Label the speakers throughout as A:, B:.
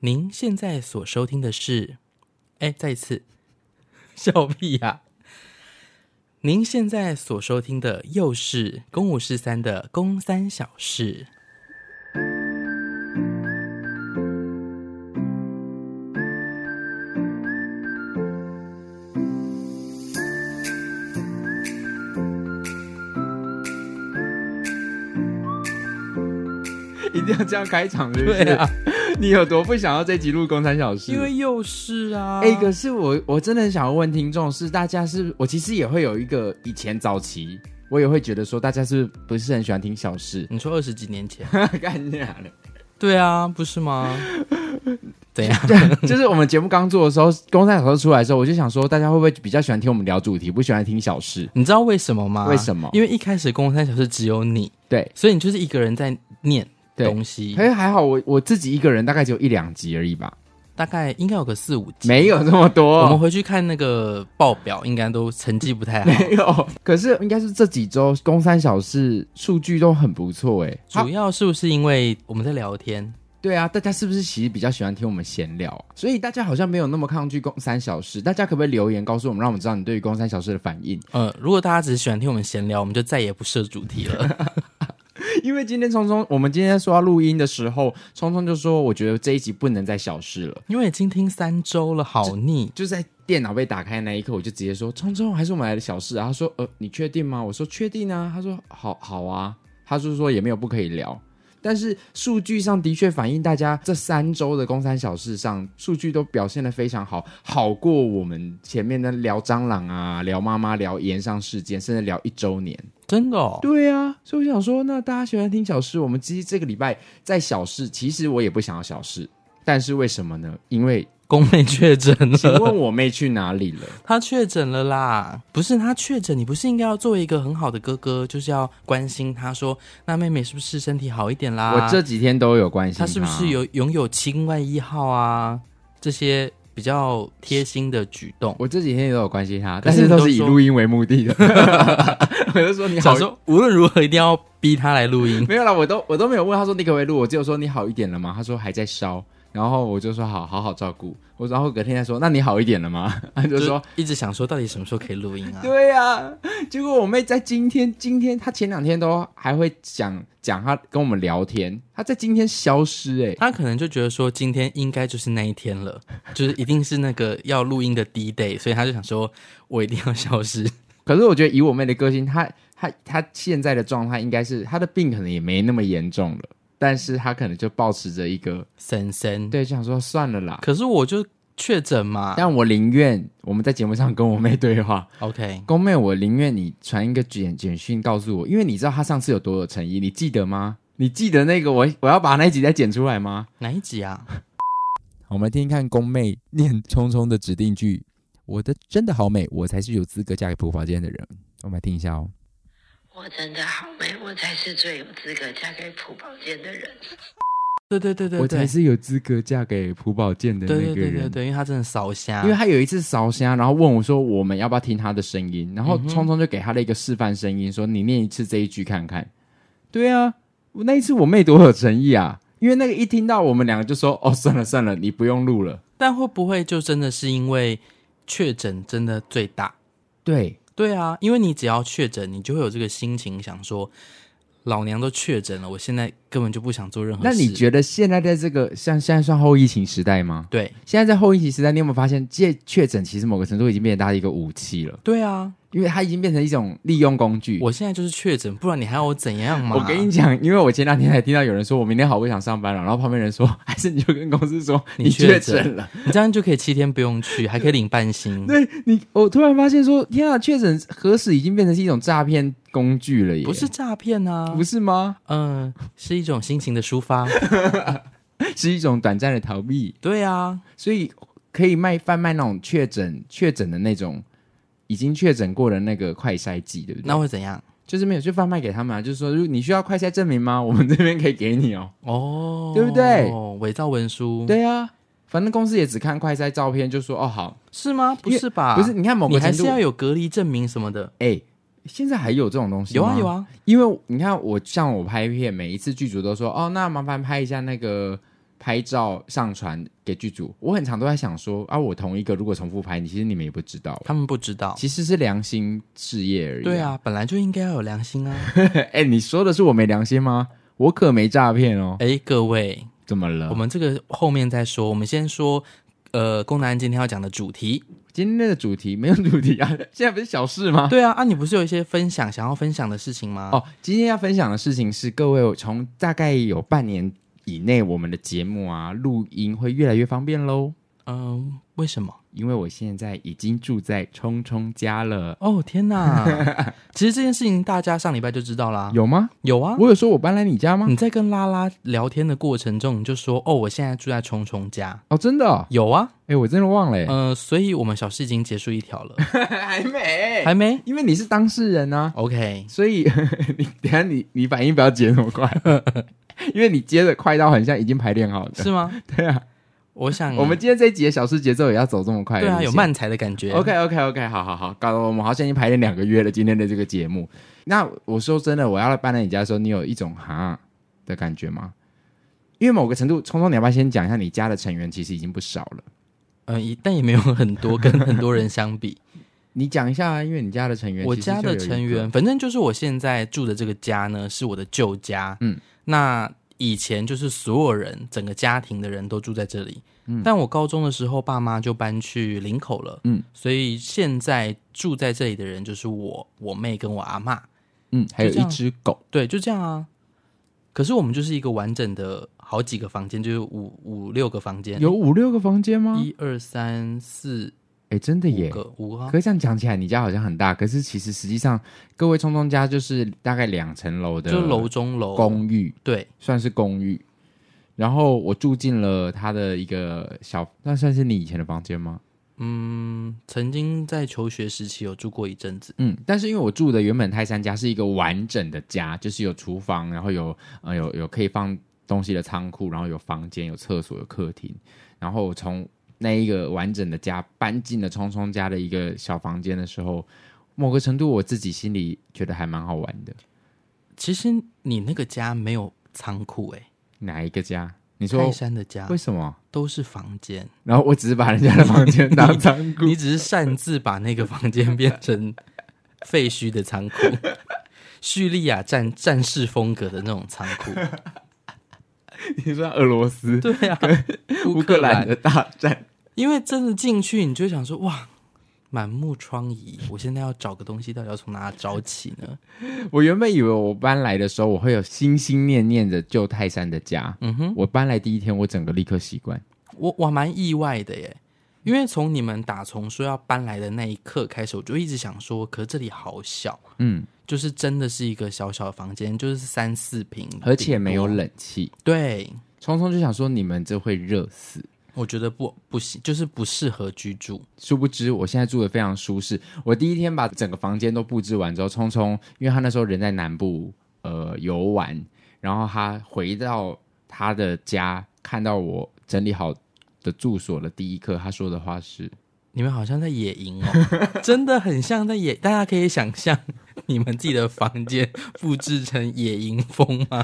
A: 您现在所收听的是，哎，再一次， 笑屁呀、您现在所收听的又是公五十三的公三小事。
B: 一定要这样开场，是不是？
A: 对啊，
B: 你有多不想要这集录《工三小时》？
A: 因为又是啊，
B: 哎、可是我我真的很想要问听众，是大家是我其实也会有一个以前早期，我也会觉得说大家是不是很喜欢听小 事？
A: 你说二十几年前，
B: 干你娘的！
A: 对啊，不是吗？怎 样？
B: 就是我们节目刚做的时候，《工三小时》出来的时候，我就想说大家会不会比较喜欢听我们聊主题，不喜欢听小事？
A: 你知道为什么吗？
B: 为什么
A: 因为一开始公三小事只有你，
B: 对，
A: 所以你就是一个人在念
B: 对
A: 东西
B: 可，是还好我我自己一个人大概只有一两集而已吧，
A: 大概应该有个四五集。
B: 没有这么多。
A: 我们回去看那个报表，应该都成绩不太好。
B: 没有，可是应该是这几周《工三小事》数据都很不错哎、
A: 主要是不是因为我们在聊天？
B: 对啊，大家是不是其实比较喜欢听我们闲聊啊？所以大家好像没有那么抗拒《公三小时》，大家可不可以留言告诉我们，让我们知道你对于《公三小时》的反应？
A: 呃，如果大家只是喜欢听我们闲聊，我们就再也不设主题 了。
B: 因为今天聪聪，我们今天说要录音的时候，聪聪就说我觉得这一集不能再小事了。
A: 因为已经听三周了，好腻。
B: 就在电脑被打开的那一刻，我就直接说：“聪聪，还是我们来的小事啊。”他说：“呃，你确定吗？”我说：“确定啊。”他说：“好好啊。”他就说也没有不可以聊，但是数据上的确反映大家这三周的公三小事上，数据都表现的非常好，好过我们前面的聊蟑螂啊、聊妈妈、聊延上事件，甚至聊一周年。
A: 真的哦，
B: 对啊，所以我想说，那大家喜欢听小事，我们其实这个礼拜在小事，其实我也不想要小事，但是为什么呢？因为
A: 宫妹确诊
B: 请
A: 了，
B: 问我妹去哪里了？
A: 她确诊了啦。不是她确诊，你不是应该要作为一个很好的哥哥，就是要关心她说，那妹妹是不是身体好一点啦？
B: 我这几天都有关心
A: 啊她是不是有拥有亲外一号啊？这些比较贴心的举动。
B: 我这几天也都有关心他，
A: 可
B: 但
A: 是
B: 是
A: 你
B: 都
A: 都
B: 是以
A: 说
B: 录音为 目的的。我就说你好
A: 想，说无论如何一定要逼她来录音。
B: 没有啦，我都我都没有问他说你可不可以录，我只有说你好一点了吗？他说还在烧，然后我就说好好好照顾。我然后隔天他说那你好一点了吗？ 他就说。
A: 一直想说到底什么时候可以录音啊？
B: 对呀、结果我妹在今天，今天她前两天都还会讲讲她跟我们聊天，她在今天消失哎、
A: 他可能就觉得说今天应该就是那一天了，就是一定是那个要录音的 D day，所以他就想说，我一定要消失。
B: 可是我觉得以我妹的个性，她她她现在的状态应该是她的病可能也没那么严重了，但是她可能就保持着一个
A: 森森，，
B: 对，就想说算了啦。
A: 可是我就确诊嘛。
B: 但我宁愿我们在节目上跟我妹对话，
A: OK，
B: 公妹，我宁愿你传一个简简讯告诉我，因为你知道她上次有多有诚意，你记得吗？你记得那个我我要把那一集再剪出来吗？
A: 哪一集啊？
B: 我们来听听看宫妹念匆匆的指定句：“我的真的好美，我才是有资格嫁给普法间的人。”我们来听一下哦。
C: 我真的好美，我才是最有资格嫁给朴宝剑的人。
A: 对对对对
B: 我
A: 对，
B: 才是有资格嫁给朴宝剑的
A: 对
B: 那个
A: 对
B: 人。
A: 对对对，因为他真的烧瞎，
B: 因为他有一次烧香，然后问我说我们要不要听他的声音，然后
A: 嗯哼
B: 聪聪就给他了一个示范声音，说你念一次这一句看看。对啊，我那一次我妹多有诚意啊，因为那个一听到我们两个就说哦算了算了，你不用录了。
A: 但会不会就真的是因为确诊真的最大？
B: 对，
A: 对啊，因为你只要确诊，你就会有这个心情想说，老娘都确诊了，我现在根本就不想做任何事。
B: 那你觉得现在在这个像现在算后疫情时代吗？
A: 对
B: 现在在后疫情时代，你有没有发现，这确诊其实某个程度已经变成大家一个武器了，
A: 对啊，
B: 因为它已经变成一种利用工具。
A: 我现在就是确诊，不然你还要我怎样嘛？
B: 我跟你讲，因为我前两天还听到有人说我明天好不想上班了，然后旁边人说，还是你就跟公司说
A: 你
B: 你
A: 确
B: 确
A: 诊
B: 诊了。
A: 你这样就可以七天不用去，还可以领半薪。
B: 对你，我突然发现说，天啊，确诊何时已经变成是一种诈骗工具了耶？
A: 不是，诈骗啊，
B: 不，是吗？
A: 嗯、是一种心情的抒发。
B: 是一种短暂的逃避，
A: 对 啊，
B: 所以可以卖贩卖那种确诊确诊的那种已经确诊过的那个快筛剂，对不对？
A: 那会怎样？
B: 就是没有就贩卖给他们啊，就是说，如果你需要快筛证明吗？ 我们这边可以给你哦。
A: 哦，
B: 对不对？
A: 伪造文书，，
B: 对啊，反正公司也只看快筛照片，就说哦好，
A: 是吗？不
B: 因为
A: 是吧？
B: 不是你看某
A: 啊你
B: 个
A: 还
B: 程
A: 是
B: 度，
A: 要有隔离证明什么的。
B: 哎、现在还有这种东西
A: 有啊
B: 吗
A: 有，啊，
B: 因为你看我像我拍片，每一次剧组都说哦，那麻烦拍一下那个。拍照上传给剧组，我很常都在想说啊，我同一个如果重复拍，你其实你们也不知道，
A: 他们不知道。
B: 其实是良心事业而已、
A: 对，啊，本来就应该要有良心啊！
B: 哎、你说的是我没良心吗？我可没诈骗哦，
A: 哎，各位，
B: 怎么了？
A: 我们这个后面再说，我们先说，呃，宫南今天要讲的主题。
B: 今天的主题没有主题啊， 现在不是小事吗？
A: 对啊啊，啊，你不是有一些分享想要分享的事情吗？
B: 哦，今天要分享的事情是，各位从大概有半年以内，我们的节目啊，录音会越来越方便喽。
A: 嗯、为什么？
B: 因呃为我现在已经住在冲冲家了，
A: 哦，天 哪！其实这件事情大家上礼拜就知道啦。
B: 有吗？
A: 有啊，
B: 我有啊说我搬来你家吗？
A: 你在跟拉拉聊天的过程中，你就说：“哦，我现在住在虫虫家。
B: 哦，真的、哦”？
A: 有啊，
B: 哎、我真的忘了、欸，
A: 呃，所以我们小事已经结束一条了，
B: 还没
A: 还没
B: 因为你是当事人啊，
A: ？OK，
B: 所以你等一下你你反应不要接那么 快，因为你接的快到很像已经排练好的。
A: 是吗？
B: 对啊，
A: 我想
B: 我们今天这一集的小事节奏也要走这么快的
A: 对
B: 路线，
A: 啊，有慢才的感觉。
B: OK OK OK，好好好，搞得我们好像已经排练两个月了今天的这个节目。那我说真的，我要搬来你家的时候，你有一种哈的感觉吗？因为某个程度，聪聪，你要不要先讲一下你家的成员其实已经不少了？
A: 嗯、也但也没有很多，跟很多人相比。
B: 你讲一下啊，因为你家的成员，
A: 我家的成员，，反正就是我现在住的这个家呢，是我的旧家。
B: 嗯，
A: 那以前就是所有人，整个家庭的人都住在这里。嗯，但我高中的时候，爸妈就搬去林口了。
B: 嗯，
A: 所以现在住在这里的人就是我、我妹跟我阿妈。
B: 嗯，还有
A: 就这
B: 一
A: 样
B: 只狗，
A: 对，就这样啊。可是我们就是一个完整的好几个房间，就是五五六个房间，
B: 有五六个房间吗？
A: 一二三四
B: 哎，真的
A: 五
B: 耶！
A: 个五个啊
B: 可，是这样讲起来，你家好像很大，可是其实实际上，各位聪聪家就是大概两层楼的
A: 就楼中楼
B: 公寓，
A: 对，
B: 算是公寓。然后我住进了他的一个小，那算是你以前的房间吗？
A: 嗯，曾经在求学时期有住过一阵子。
B: 嗯，但是因为我住的原本泰山家是一个完整的家，就是有厨房，然后有呃有有可以放东西的仓库，然后有房间、有厕所、有客厅。然后我从那一个完整的家搬进了聪聪家的一个小房间的时候，某个程度我自己心里觉得还蛮好玩的。
A: 其实你那个家没有仓库哎、
B: 哪一个家？你
A: 泰
B: 说
A: 山的家
B: 为什么？
A: 都是房间，
B: 然后我只是把人家的房间当仓 库。
A: 你只是擅自把那个房间变成废墟的仓 库，叙利亚战战士风格的那种仓 库。
B: 你说 俄罗斯？
A: 对 啊，
B: 乌克兰的大战。
A: 因为真的进去，你就会想说哇。满目疮痍，我现在要找个东西，到底要从哪找起呢？
B: 我原本以为我搬来的时候，我会有心心念念的旧泰山的家。
A: 嗯哼，
B: 我搬来第一天，我整个立刻习惯。
A: 我我还蛮意外的耶，因为从你们打从说要搬来的那一刻开始，我就一直想说，可是这里好小，
B: 嗯，
A: 就是真的是一个小小的房间，就是三四平，
B: 而且没有。冷气。
A: 对，
B: 聪聪就想说你们这会热死，
A: 我觉得不不行，就是不适合居住。
B: 殊不知我现在住的非常舒适。我第一天把整个房间都布置完之后，聪聪因为他那时候人在南部呃游玩，然后他回到他的家，看到我整理好的住所的第一刻，他说的话是：
A: 你们好像在野营哦， 真的很像在野，大家可以想象 你们自己的房间 布置成野营风吗？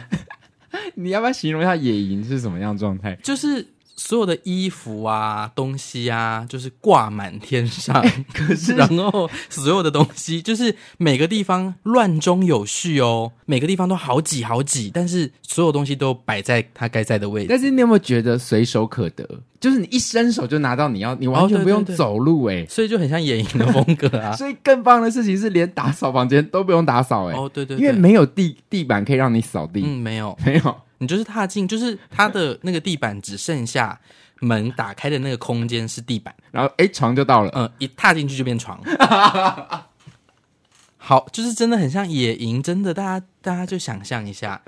B: 你要不要形容一下野营是什么样的状态？
A: 就是所有的衣服啊、东西啊，就是挂满天上。可是，然后所有的东西就是每个地方乱中有序哦，每个地方都好挤好挤，但是所有东西都摆在它该在的位置。
B: 但是你有没有觉得随手可得？就是你一伸手就拿到你要，你完全
A: 哦对
B: 不用
A: 对对
B: 走路哎、
A: 所以就很像野营的风格啊。
B: 所以更棒的事情是，连打扫房间都不用打扫 哎、
A: 哦，对对
B: 因
A: 对，
B: 为没有地地板可以让你扫地，
A: 嗯没有，
B: 没有。
A: 你就是踏进，就是它的那个地板只剩下门打开的那个空间是地板，
B: 然后哎、床就到了。
A: 嗯、一踏进去就变 床。好，就是真的很像野营，真的，大家大家就想象一下，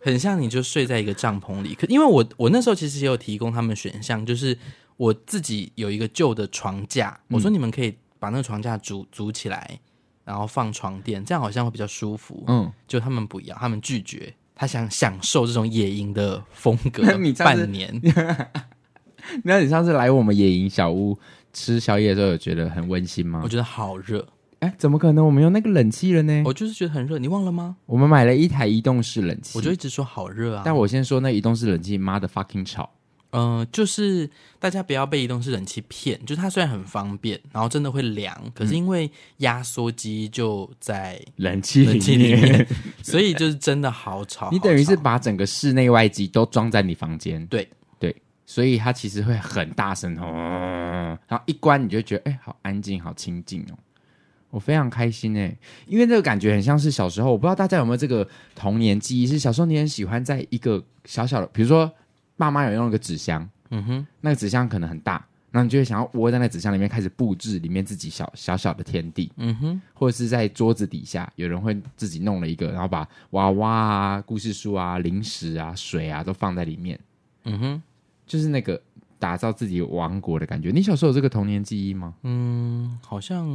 A: 很像你就睡在一个帐篷里。可因为我我那时候其实也有提供他们选项，就是我自己有一个旧的床架，
B: 嗯
A: 我说你们可以把那个床架组组起来，然后放床垫，这样好像会比较舒服。
B: 嗯，
A: 就他们不要，他们拒绝，他想享受这种野营的风格
B: 那 你。上次
A: 半年，
B: 那你上次来我们野营小屋吃宵夜的时候，有觉得很温馨吗
A: 我？觉得好热，
B: 哎、怎么可能？我们用那个冷气了呢？
A: 我就是觉得很热。你忘了吗？
B: 我们买了一台移动式冷气，
A: 我就一直说好热啊。
B: 但我先说那移动式冷气，妈的 fucking 吵！
A: 嗯，就是大家不要被移动式冷气骗，就是它虽然很方便，然后真的会凉，
B: 嗯
A: 可是因为压缩机就在
B: 冷气
A: 冷气里
B: 里面
A: 面，所以就是真的好吵。
B: 你等于是
A: 好吵
B: 把整个室内外机都装在你房间，
A: 对
B: 对，所以它其实会很大声哦，然后一关你就觉得哎、好安静，好清静哦，我非常开心哎、因为这个感觉很像是小时候，我不知道大家有没有这个童年记忆，是小时候你很喜欢在一个小小的，比如说爸妈有用一个纸箱，
A: 嗯哼，
B: 那个纸箱可能很大。然后你就会想要窝在那纸箱里面，开始布置里面自己小小小的天地。
A: 嗯哼，
B: 或者是在桌子底下，有人会自己弄了一个，然后把娃娃啊、故事书啊、零食啊、水啊都放在里面，
A: 嗯哼，
B: 就是那个打造自己王国的感觉。你小时候有这个童年记忆吗？
A: 嗯，好像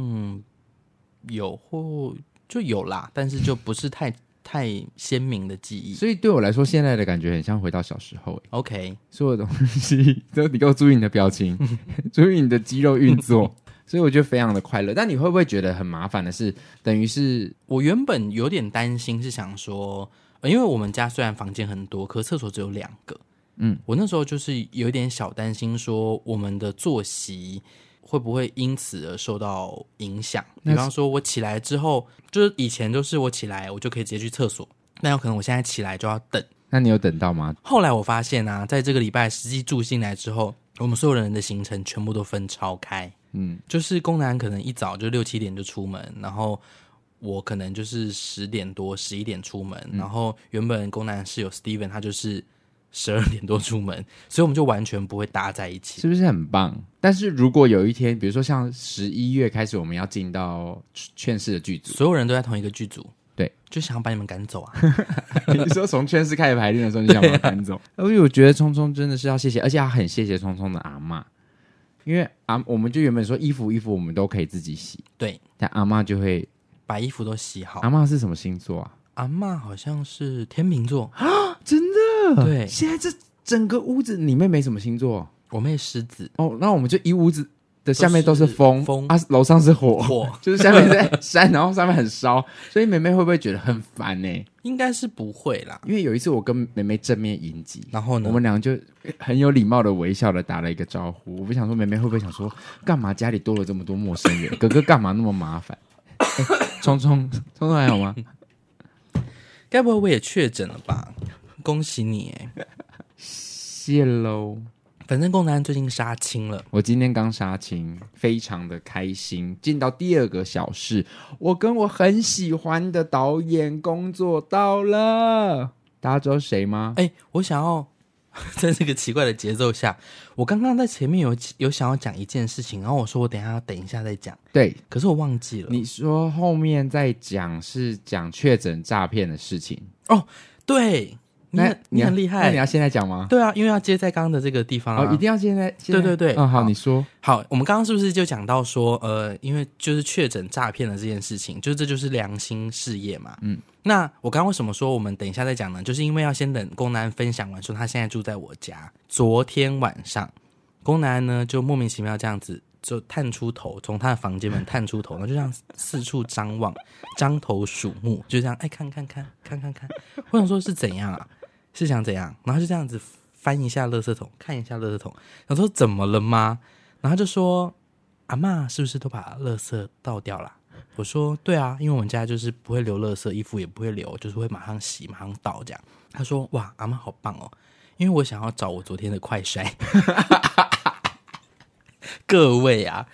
A: 有或就有啦，但是就不是太太鲜明的记忆。
B: 所以对我来说，现在的感觉很像回到小时候、欸，
A: OK，
B: 所有的东西都你给我注意你的表情，注意你的肌肉运作，所以我觉得非常的快乐。但你会不会觉得很麻烦的是，等于是
A: 我原本有点担心，是想说、呃因为我们家虽然房间很多，可厕所只有两个。
B: 嗯，
A: 我那时候就是有点小担心，说我们的作息会不会因此而受到影响？
B: 那
A: 比
B: 是
A: 方说，我起来之后，就是以前都是我起来我就可以直接去厕所，但有可能我现在起来就要等。
B: 那你有等到吗？
A: 后来我发现啊，在这个礼拜实际住进来之后，我们所有人的行程全部都分超开。
B: 嗯，
A: 就是工男可能一早就六七点就出门，然后我可能就是十点多、十一点出门，
B: 嗯
A: 然后原本工男室友 Steven 他就是十二点多出门，所以我们就完全不会搭在一起。
B: 是不是很棒？但是如果有一天，比如说像十一月开始，我们要进到劝世的剧组，
A: 所有人都在同一个剧组，
B: 对，
A: 就想把你们赶走啊！
B: 你说从劝世开始排练的时候，你想把我赶走？而啊且我觉得聪聪真的是要谢谢，而且他很谢谢聪聪的阿嬷，因为阿我们就原本说衣服衣服我们都可以自己洗，
A: 对，
B: 但阿嬷就会，
A: 把衣服都洗好。
B: 阿嬷是什么星座啊？
A: 阿嬷好像是天秤座，
B: 真的
A: 对
B: 现在这整个屋子里面没什么星座啊
A: 我妹狮 子，
B: 哦，那我们就一屋子的下面都是
A: 都是
B: 风，
A: 风
B: 啊，楼上是火，
A: 火
B: 就是下面在山，然后上面很烧，所以妹妹会不会觉得很烦呢、
A: 应该是不会啦。
B: 因为有一次我跟妹妹正面迎击，
A: 然后呢
B: 我们俩就很有礼貌的微笑的打了一个招呼。我不想说妹妹会不会想说，干嘛家里多了这么多陌生人， 哥哥干嘛那么 麻烦？哎聪聪，聪聪还好吗？
A: 该不会我也确诊了吧？恭喜你哎！
B: 谢喽。
A: 反正共男最近杀青了，
B: 我今天刚杀青，非常的开心。进到第二个小时，我跟我很喜欢的导演工作到了。大家知道谁吗？
A: 哎、我想要 在这个奇怪的节奏下，我刚刚在前面有有想要讲一件事情，然后我说我等一下要等一下再讲，
B: 对，
A: 可是我忘记了。
B: 你说后面在讲是讲确诊诈骗的事情，
A: 对，你很你
B: 要
A: 很厉
B: 那你
A: 害，
B: 要现在讲吗？
A: 对啊，因为要接在刚刚的这个地方啊。
B: 哦，一定要现在。现在
A: 对对对
B: 嗯，好，
A: 好
B: 你说。
A: 好，我们刚刚是不是就讲到说，呃，因为就是确诊诈骗的这件事情，就是这就是良心事业嘛。嗯，那我刚刚为什么说我们等一下再讲呢？就是因为要先等宫南分享完，说他现在住在我家。昨天晚上，宫南呢就莫名其妙这样子就探出头，从他的房间门探出头，然后就这样四处张望，张头鼠目，就这样哎看看看看看看，我想说是怎样啊？是想怎样？然后就这样子翻一下垃圾桶，看一下垃圾桶，想说怎么了吗？然后他就说：“阿嬷是不是都把垃圾倒掉了？”我说：“对啊，因为我们家就是不会留垃圾，衣服也不会留，就是会马上洗、马上倒这样。”他说：“哇，阿嬷好棒哦，因为我想要找我昨天的快筛。”各位啊，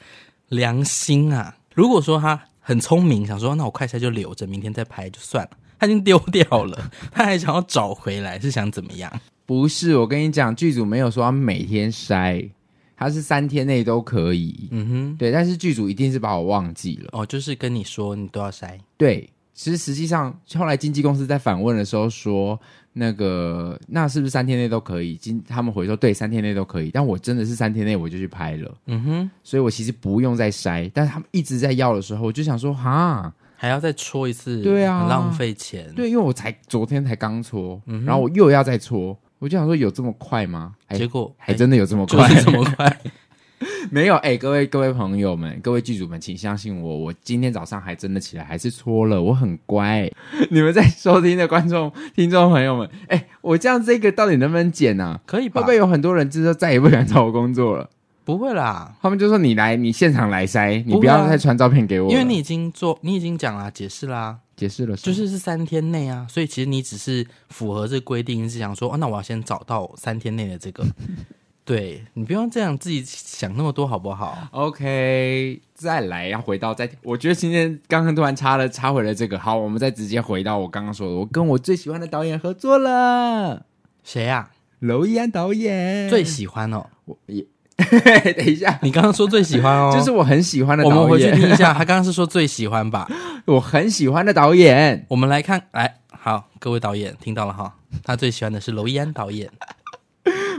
A: 良心啊！如果说他很聪明，想说那我快筛就留着，明天再拍就算了。他已经丢掉了，他还想要找回来，是想怎么样？
B: 不是，我跟你讲，剧组没有说他每天筛，他是三天内都可以。
A: 嗯哼，
B: 对，但是剧组一定是把我忘记了。
A: 哦，就是跟你说你都要筛，
B: 对，其实实际上后来经纪公司在反问的时候说，那个那是不是三天内都可以？经他们回说对，三天内都可以。但我真的是三天内我就去拍了，
A: 嗯哼，
B: 所以我其实不用再筛。但是他们一直在要的时候，我就想说哈，
A: 还要再戳一次，
B: 对啊
A: 很浪费钱。，
B: 对，因为我才昨天才刚搓，然后我又要再搓，我就想说有这么快吗？还
A: 结果哎
B: 还真的有这么
A: 就
B: 快，
A: 是这么快。
B: 没有，哎、各位各位朋友们，各位剧组们，请相信我，我今天早上还真的起来还是搓了，我很乖。 你们在收听的观众、听众朋友们，哎、我这样这个到底能不能剪啊？
A: 可以
B: 会
A: 吧？
B: 不会有很多人之后再也不敢找我工作了？
A: 不会啦，
B: 他们就说你来，你现场来塞，
A: 不
B: 你不
A: 会啊
B: 要再传照片给我了，
A: 因为你已经做，你已经讲啦，解释啦，
B: 解释了什
A: 就
B: 么，
A: 是是三天内啊，所以其实你只是符合这个规定，是想说，哦，那我要先找到三天内的这 个。对你不用这样自己想那么多，好不好？
B: OK，再来要回到再，我觉得今天刚刚突然插了插回了这个，好，我们再直接回到我刚刚说的，我跟我最喜欢的导演合作了，
A: 谁呀、
B: 娄艺安导演。
A: 最喜欢哦？
B: 我也 等一下，
A: 你刚刚说最喜欢哦，
B: 就是我很喜欢的
A: 我们
B: 导
A: 回去
B: 演，
A: 听一下，他刚刚是说最喜欢吧？
B: 我很喜欢的导演，
A: 我们来看，来，好，各位导演听到了哈，他最喜欢的是娄艺安导演。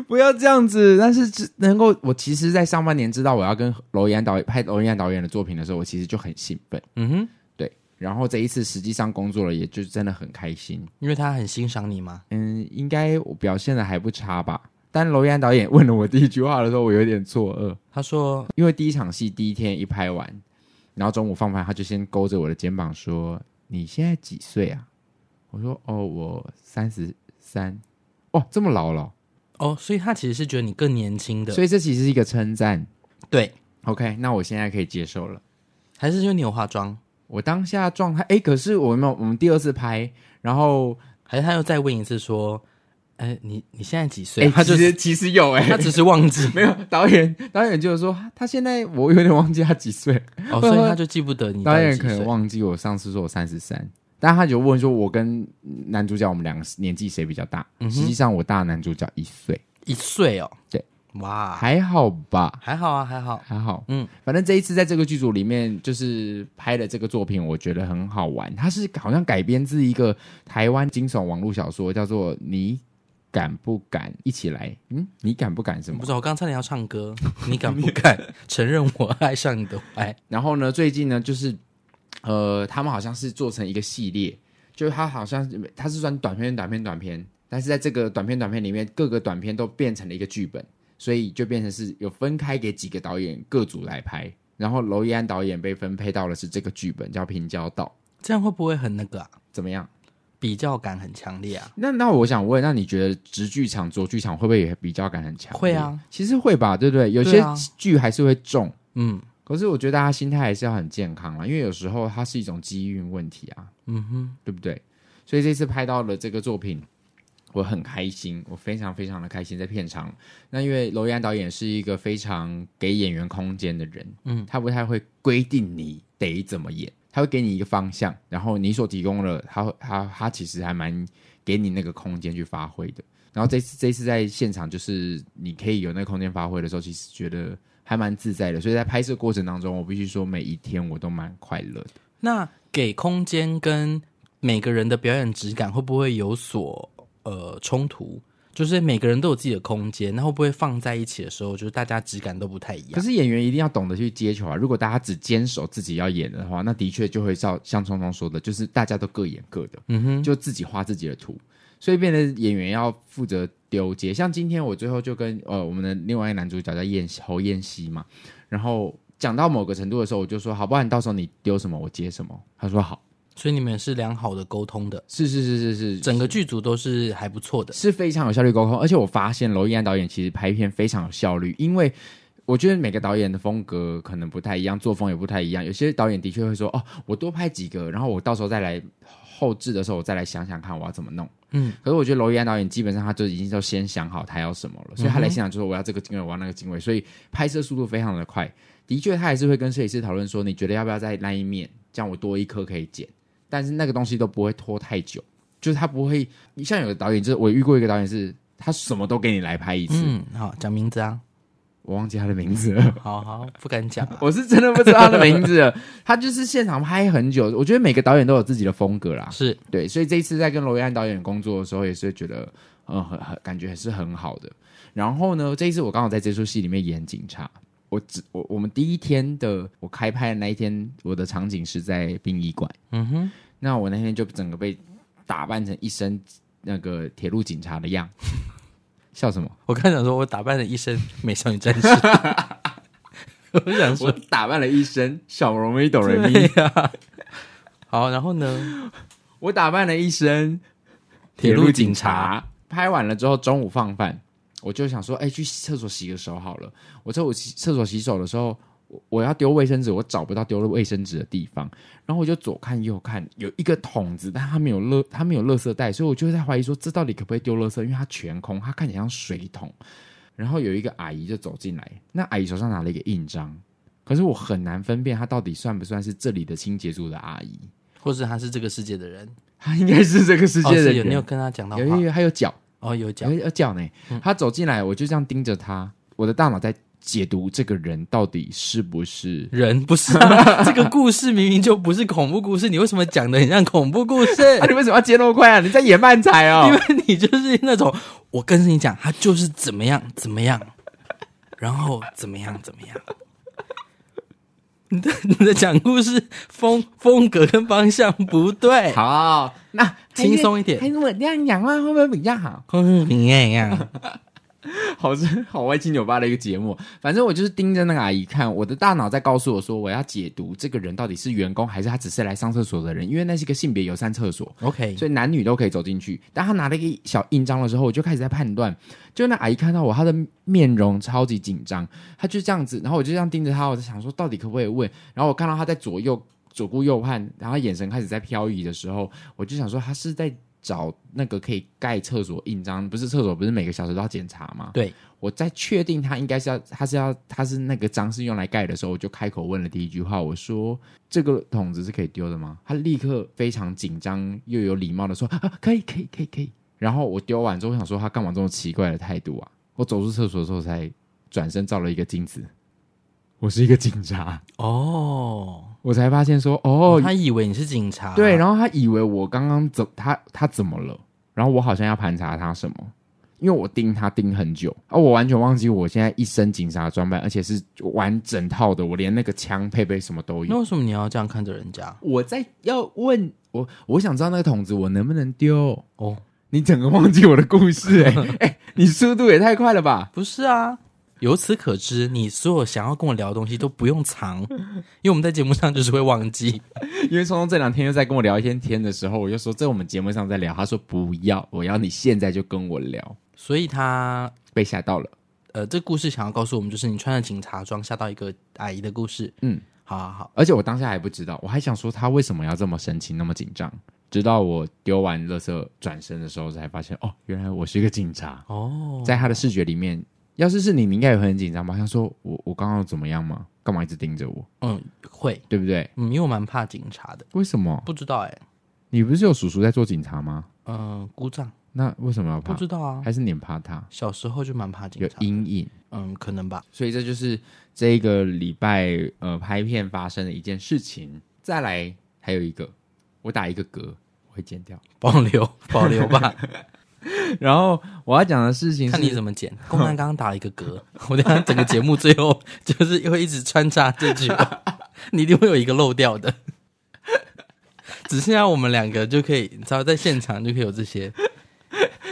B: 不要这样子。但是只能够，我其实，在上半年知道我要跟娄艺安导演拍娄艺安导演的作品的时候，我其实就很兴奋。
A: 嗯哼，
B: 对，然后这一次实际上工作了，也就真的很开心。
A: 因为他很欣赏你嘛。
B: 嗯，应该我表现的还不差吧。但娄烨导演问了我第一句话的时候，我有点错愕，
A: 他说
B: 因为第一场戏第一天一拍完，然后中午放饭，他就先勾着我的肩膀说：“你现在几岁啊？”我说：“哦，我三十三。”哇，这么老了哦，：“
A: 哦，所以他其实是觉得你更年轻的。
B: 所以这其实是一个称赞。
A: 对，
B: OK，那我现在可以接受了。
A: 还是因为你有化妆，
B: 我当下状态，哎，可是我没有，我们第二次拍，然后
A: 还是他又再问一次说，哎，你你现在几岁？”
B: 哎，
A: 他就
B: 其实其实有哎、
A: 他只是忘 记
B: 没有导演，导演就是说啊他现在我有点忘记他几岁，
A: 哦，所以他就记不得你到
B: 导
A: 底
B: 演
A: 几
B: 可能
A: 岁
B: 忘记我上次说我三十三，但他就问说我跟男主角我们两个年纪谁比较大？
A: 嗯哼
B: 实际上我大男主角一岁，
A: 一岁哦。
B: 对，
A: 哇，还
B: 还好吧，
A: 还好啊，还好。
B: 还好。
A: 嗯，
B: 反正这一次在这个剧组里面，就是拍的这个作品，我觉得很好玩。它是好像改编自一个台湾惊悚网络小说，叫做《你敢不敢一起来》。嗯，你敢不敢什么
A: 不？知道，我刚差点要唱 歌，你敢不敢承认我爱上你的哎坏？
B: 然后呢，最近呢，就是呃，他们好像是做成一个系列，就是它好像是它是算短片、短片、短片，但是在这个短片、短片里面，各个短片都变成了一个剧本，所以就变成是有分开给几个导演各组来拍。然后娄艺安导演被分配到的是这个剧本，叫《平交道》，
A: 这样会不会很那个啊？
B: 怎么样？
A: 比较感很强烈啊？
B: 那那我想问，那你觉得直剧场、左剧场会不会也比较感很强？
A: 会啊，
B: 其实会吧，对不对？有
A: 对
B: 些
A: 啊
B: 剧还是会重，
A: 嗯
B: 可是我觉得大家心态还是要很健康啦，因为有时候它是一种机运问题啊。
A: 嗯哼，
B: 对不对？所以这次拍到了这个作品，我很开心，我非常非常的开心在片场。那因为娄烨导演是一个非常给演员空间的人，
A: 嗯
B: 他不太会规定你得怎么演，他会给你一个方向，然后你所提供的，他会他他其实还蛮给你那个空间去发挥的。然后这次这次在现场，就是你可以有那个空间发挥的时候，其实觉得还蛮自在的。所以在拍摄过程当中，我必须说每一天我都蛮快乐的。
A: 那给空间跟每个人的表演质感会不会有所呃冲突？就是每个人都有自己的空间，那会不会放在一起的时候，就是大家质感都不太一
B: 可
A: 样？
B: 是演员一定要懂得去接球啊！如果大家只坚守自己要演的话，那的确就会照像聪聪说的，就是大家都各演各的，
A: 嗯哼，
B: 就自己画自己的图，所以变得演员要负责丢接。像今天我最后就跟呃我们的另外一个男主角叫燕侯燕西嘛，然后讲到某个程度的时候，我就说好，不然到时候你丢什么我接什么。他说好，
A: 所以你们是良好的沟通的，
B: 是是是是是，
A: 整个剧组都是还不错的。
B: 是非常有效率沟通，而且我发现娄艺安导演其实拍片非常有效率，因为我觉得每个导演的风格可能不太一样，作风也不太一样。有些导演的确会说：“哦，我多拍几个，然后我到时候再来后置的时候，我再来想想看我要怎么弄。”
A: 嗯，
B: 可是我觉得娄艺安导演基本上他就已经都先想好他要什么了，所以
A: 嗯
B: 他来现场就说：“我要这个镜位，我要那个镜位。”所以拍摄速度非常的快。的确，他还是会跟摄影师讨论说：“你觉得要不要在那一面，这样我多一颗可以剪？”但是那个东西都不会拖太久，就是他不会像有的导演，就是我遇过一个导演是，他什么都给你来拍一次，
A: 嗯，好，讲名字 啊，
B: 我忘记他的名字了，
A: 好好，不敢讲 啊。
B: 我是真的不知道他的名字了。他就是现场拍很久，我觉得每个导演都有自己的风格啦，
A: 是，
B: 对，所以这一次在跟娄烨安导演工作的时候，也是觉得，嗯，很很感觉还是很好的。然后呢，这一次我刚好在这出戏里面演警察，我只我我们第一天的我开拍的那一天，我的场景是在殡仪馆。
A: 嗯哼，
B: 那我那天就整个被打扮成一身那个铁路警察的样， 笑什么？
A: 我刚想说，我打扮了一身美少女战士， 我想
B: 我啊
A: 说，
B: 打扮了一身小龙咪哆瑞咪
A: 对，呀、好，然后呢？
B: 我打扮了一身
A: 铁路警察。
B: 拍完了之后，中午放饭，我就想说，哎、去厕所洗个手好了。我在我洗厕所洗手的时候，我我要丢卫生纸，我找不到丢了卫生纸的地方，然后我就左看右看，有一个桶子，但它没有乐，它没有垃圾袋，所以我就在怀疑说，这到底可不可以丢垃圾？因为它全空，它看起来像水桶。然后有一个阿姨就走进来，那阿姨手上拿了一个印章，可是我很难分辨她到底算不算是这里的清洁组的阿姨。
A: 或是他是这个世界的人？
B: 他应该是这个世
A: 哦，
B: 界的
A: 是
B: 人。
A: 有你有跟他讲到话
B: 有有有，还有脚，
A: 哦，有讲
B: 有有脚嗯呢。他走进来，我就这样盯着他，我的大脑在解读这个人到底是不 是。
A: 人不是、 啊、这个故事明明就不是恐怖故事，你为什么讲的很像恐怖故 事？
B: 啊！你为什么要接那么快啊？你在演漫才哦
A: 因！为你就是那种，我跟你讲，他就是怎么样怎么样， 然后怎么样怎么样。你的你的讲故事风风格跟方向不对，
B: 好， 哎那
A: 轻松一点
B: 还是我这样讲话会不会比较好？
A: 跟视平安一样。
B: 好是好歪七扭八的一个节目。反正我就是盯着那个阿姨看，我的大脑在告诉我说，我要解读这个人到底是员工还是他只是来上厕所的人，因为那是一个性别友善厕所。
A: OK，
B: 所以男女都可以走进去。但他拿了一个小印章的时候，我就开始在判断。就那阿姨看到我，她的面容超级紧张，她就这样子，然后我就这样盯着她，我在想说到底可不可以问。然后我看到她在左右左顾右盼，然后她眼神开始在漂移的时候，我就想说她是在找那个可以盖厕所印章，不是厕所不是每个小时都要检查吗？
A: 对，
B: 我在确定他应该是要，他是要，他是那个章是用来盖的时候，我就开口问了第一句话，我说：“这个桶子是可以丢的吗？”他立刻非常紧张又有礼貌的说：“啊，可以，可以，可以，可以。”然后我丢完之后，我想说他干嘛这么奇怪的态度啊？我走出厕所的时候才转身照了一个镜子，我是一个警察，
A: 哦，
B: 我才发现说
A: 哦，
B: 哦，
A: 他以为你是警察，
B: 对，
A: 后
B: 然后他以为我刚刚怎他他怎么了，然后我好像要盘查他什么，因为我盯他盯很久啊，我完全忘记我现在一身警察装扮，而且是完整套的，我连那个枪配备什么都
A: 那
B: 有。
A: 为什么你要这样看着人家？
B: 我在要问我，我想知道那个桶子我能不能丢。
A: 哦，
B: 你整个忘记我的故事哎、欸、 欸你速度也太快了吧！
A: 不是啊。由此可知，你所有想要跟我聊的东西都不用藏，因为我们在节目上就是会忘记。
B: 因为聪聪这两天又在跟我聊一天天的时候，我就说在我们节目上在聊，他说不要，我要你现在就跟我聊，
A: 所以他
B: 被吓到了。
A: 呃，这故事想要告诉我们，就是你穿着警察装吓到一个阿姨的故事。
B: 嗯，
A: 好好好，
B: 而且我当下还不知道，我还想说他为什么要这么神情那么紧张，直到我丢完垃圾转身的时候才发现，哦，原来我是一个警察，
A: 哦，
B: 在他的视觉里面，要是是你，你应该也会很紧张吧？他说我我刚刚有怎么样吗？干嘛一直盯着我，
A: 嗯，会，
B: 对不对？
A: 嗯，因为我蛮怕警察的，
B: 为什么？
A: 不知道哎、
B: 你不是有叔叔在做警察吗？
A: 嗯、姑丈
B: 那为什么要
A: 不
B: 怕？
A: 知道啊，
B: 还是你怕他
A: 小时候就蛮怕警
B: 有
A: 察，
B: 阴影？
A: 嗯，可能吧。
B: 所以这就是这一个礼拜呃拍片发生的一件事情。再来还有一个，我打一个嗝，我会剪掉。
A: 保留，保留吧，
B: 然后我要讲的事情是，
A: 看你怎么剪。 公安刚刚打了一个嗝， 我等一下整个节目最 后就是会一直穿插这句话， 你一定会有一个漏掉的。 只剩下我们两个就可以，你知道，在现场就可以有这 些。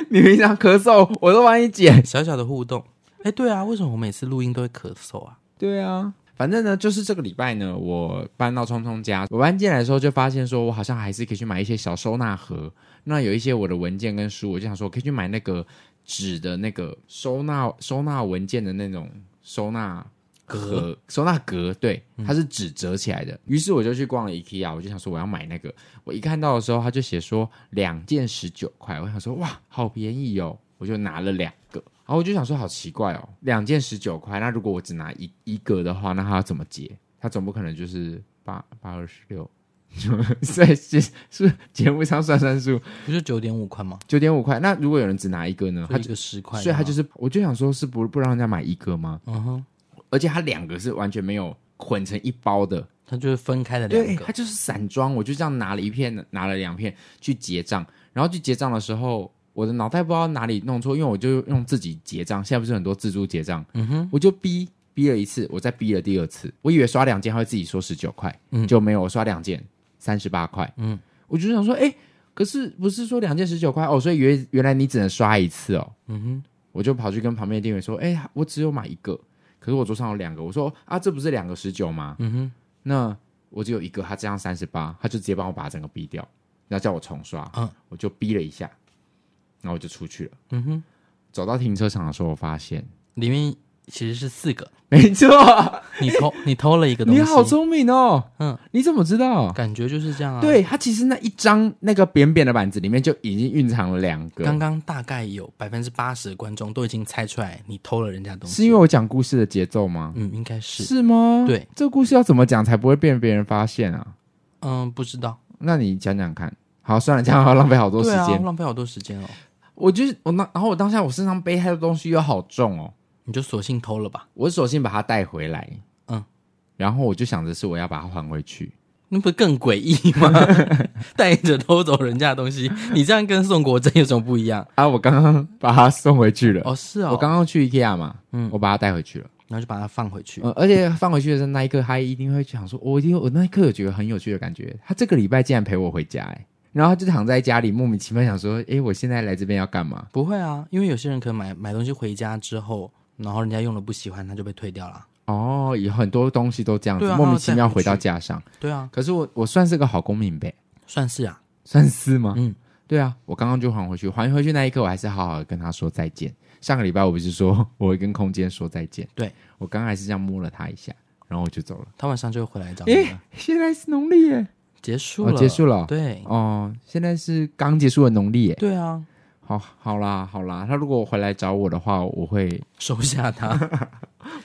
B: 你平常咳嗽，我都帮你剪。
A: 小小的互动。哎、对啊，为什么我每次录音都会咳嗽啊？
B: 对啊，反正呢，就是这个礼拜呢，我搬到聪聪家，我搬进来的时候就发现，说我好像还是可以去买一些小收纳盒。那有一些我的文件跟书，我就想说，我可以去买那个纸的那个收纳收纳文件的那种收纳
A: 嗝，
B: 格收纳格，对，它是纸折起来的。于是我就去逛了 IKEA，我就想说我要买那个。我一看到的时候，他就写说两件十九块，我想说哇，好便宜哦，我就拿了两个。然后我就想说好奇怪哦，两件十九块，那如果我只拿一一个的话，那他要怎么结？他总不可能就是八八二十六。 所以是是节目上算算数，
A: 不是九点五块吗？
B: 九点五块。那如果有人只拿一个呢？
A: 他
B: 他
A: 一
B: 就
A: 个十块的吗，
B: 所以他就是，我就想说，是不不让人家买一个吗？
A: 嗯哼，
B: 而且它两个是完全没有混成一包的，
A: 他就是分开的两
B: 哎它
A: 个。
B: 就是散装。我就这样拿了一片，拿了两片去结账，然后去结账的时候，我的脑袋不知道哪里弄错，因为我就用自己结账，现在不是很多自助结账，
A: 嗯哼，
B: 我就逼逼了一次，我再逼了第二次，我以为刷两件他会自己说十九块，
A: 嗯
B: 就没有，我刷两件三十八块，
A: 嗯
B: 我就想说，哎、可是不是说两件十九块哦，所以原原来你只能刷一次哦，
A: 嗯哼，
B: 我就跑去跟旁边的店员说：“哎、我只有买一个。”可是我桌上有两个，我说啊，这不是两个十九吗？
A: 嗯哼，
B: 那我只有一个，他这样三十八，他就直接帮我把整个逼掉，然后叫我重刷，
A: 嗯
B: 我就逼了一下，然后我就出去了。
A: 嗯哼，
B: 走到停车场的时候，我 发现，
A: 里面其实是四个，
B: 没错，
A: 你偷你偷了一个东西，
B: 你好聪明哦，
A: 嗯，
B: 你怎么知道？
A: 感觉就是这样啊。，
B: 对，它其实那一张那个扁扁的板子里面就已经蕴藏了两个。
A: 刚刚大概有百分之八十的观众都已经猜出来你偷了人家东西，
B: 是因为我讲故事的节奏吗？
A: 嗯，应该是
B: 吗？
A: 对，
B: 这故事要怎么讲才不会被别人发现啊？
A: 嗯，不知道，
B: 那你讲讲看。好，算了，这样要浪费好多时
A: 对啊，
B: 间。
A: 浪费好多时间哦，
B: 我就是我那，然后我当下我身上背他的东西又好重哦，
A: 你就索性偷了吧。
B: 我索性把它带回来。
A: 嗯，
B: 然后我就想着是我要把它还回去。
A: 那不是更诡异吗？ 带着偷走人家的东西，你这样跟宋国珍有什么不一样？
B: 啊，我刚刚把它送回去了。
A: 哦，是哦，
B: 我刚刚去 IKEA 嘛，
A: 嗯
B: 我把它带回去了。
A: 然后就把它放回去。
B: 呃，而且放回去的时候，那一刻他一定会想说，我一定我那一刻有觉得很有趣的感觉。他这个礼拜竟然陪我回家、哎，然后他就躺在家里莫名其妙想说，哎、我现在来这边要干嘛？
A: 不会啊，因为有些人可能买买东西回家之后，然后人家用了不喜欢，他就被退掉了。
B: 哦，有很多东西都这样子，
A: 对啊
B: 莫名其妙
A: 他要带回
B: 回
A: 去
B: 到家上。
A: 对啊，
B: 可是我我算是个好公民呗，
A: 算是啊，
B: 算是吗？
A: 嗯，
B: 对啊，我刚刚就还回去，还回去那一刻，我还是好好的跟他说再见。上个礼拜我不是说 我会跟空间说再见，
A: 对
B: 我刚刚还是这样摸了他一下，然后我就走了。
A: 他晚上就会回来找你
B: 诶，
A: 了。
B: 现在是农历耶，
A: 结束
B: 哦
A: 了，
B: 结束了
A: 对，
B: 哦，现在是刚结束的农历耶。
A: 对啊，
B: 好，好啦，好啦，他如果回来找我的话，我会，
A: 收下 他。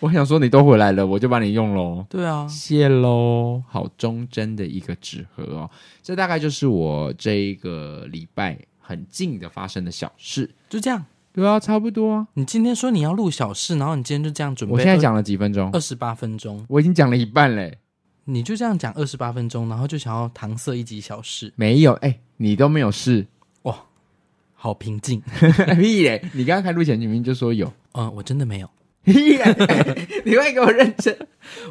B: 我想说你都回来了，我就把你用喽，
A: 对啊，
B: 谢喽，好忠贞的一个纸盒哦，这大概就是我这一个礼拜很近的发生的小事，
A: 就这样。
B: 对啊，差不多啊，
A: 你今天说你要录小事，然后你今天就这样准备。
B: 我现在讲了几分钟，
A: 二十八分钟，
B: 我已经讲了一半嘞，
A: 你就这样讲二十八分钟，然后就想要搪塞一集小事，
B: 没有，哎，你都没有 事，
A: 好平静。
B: 屁嘞，你刚刚开录前明明就说 有，
A: 嗯，我真的没有，
B: 屁嘞，你会给我认真？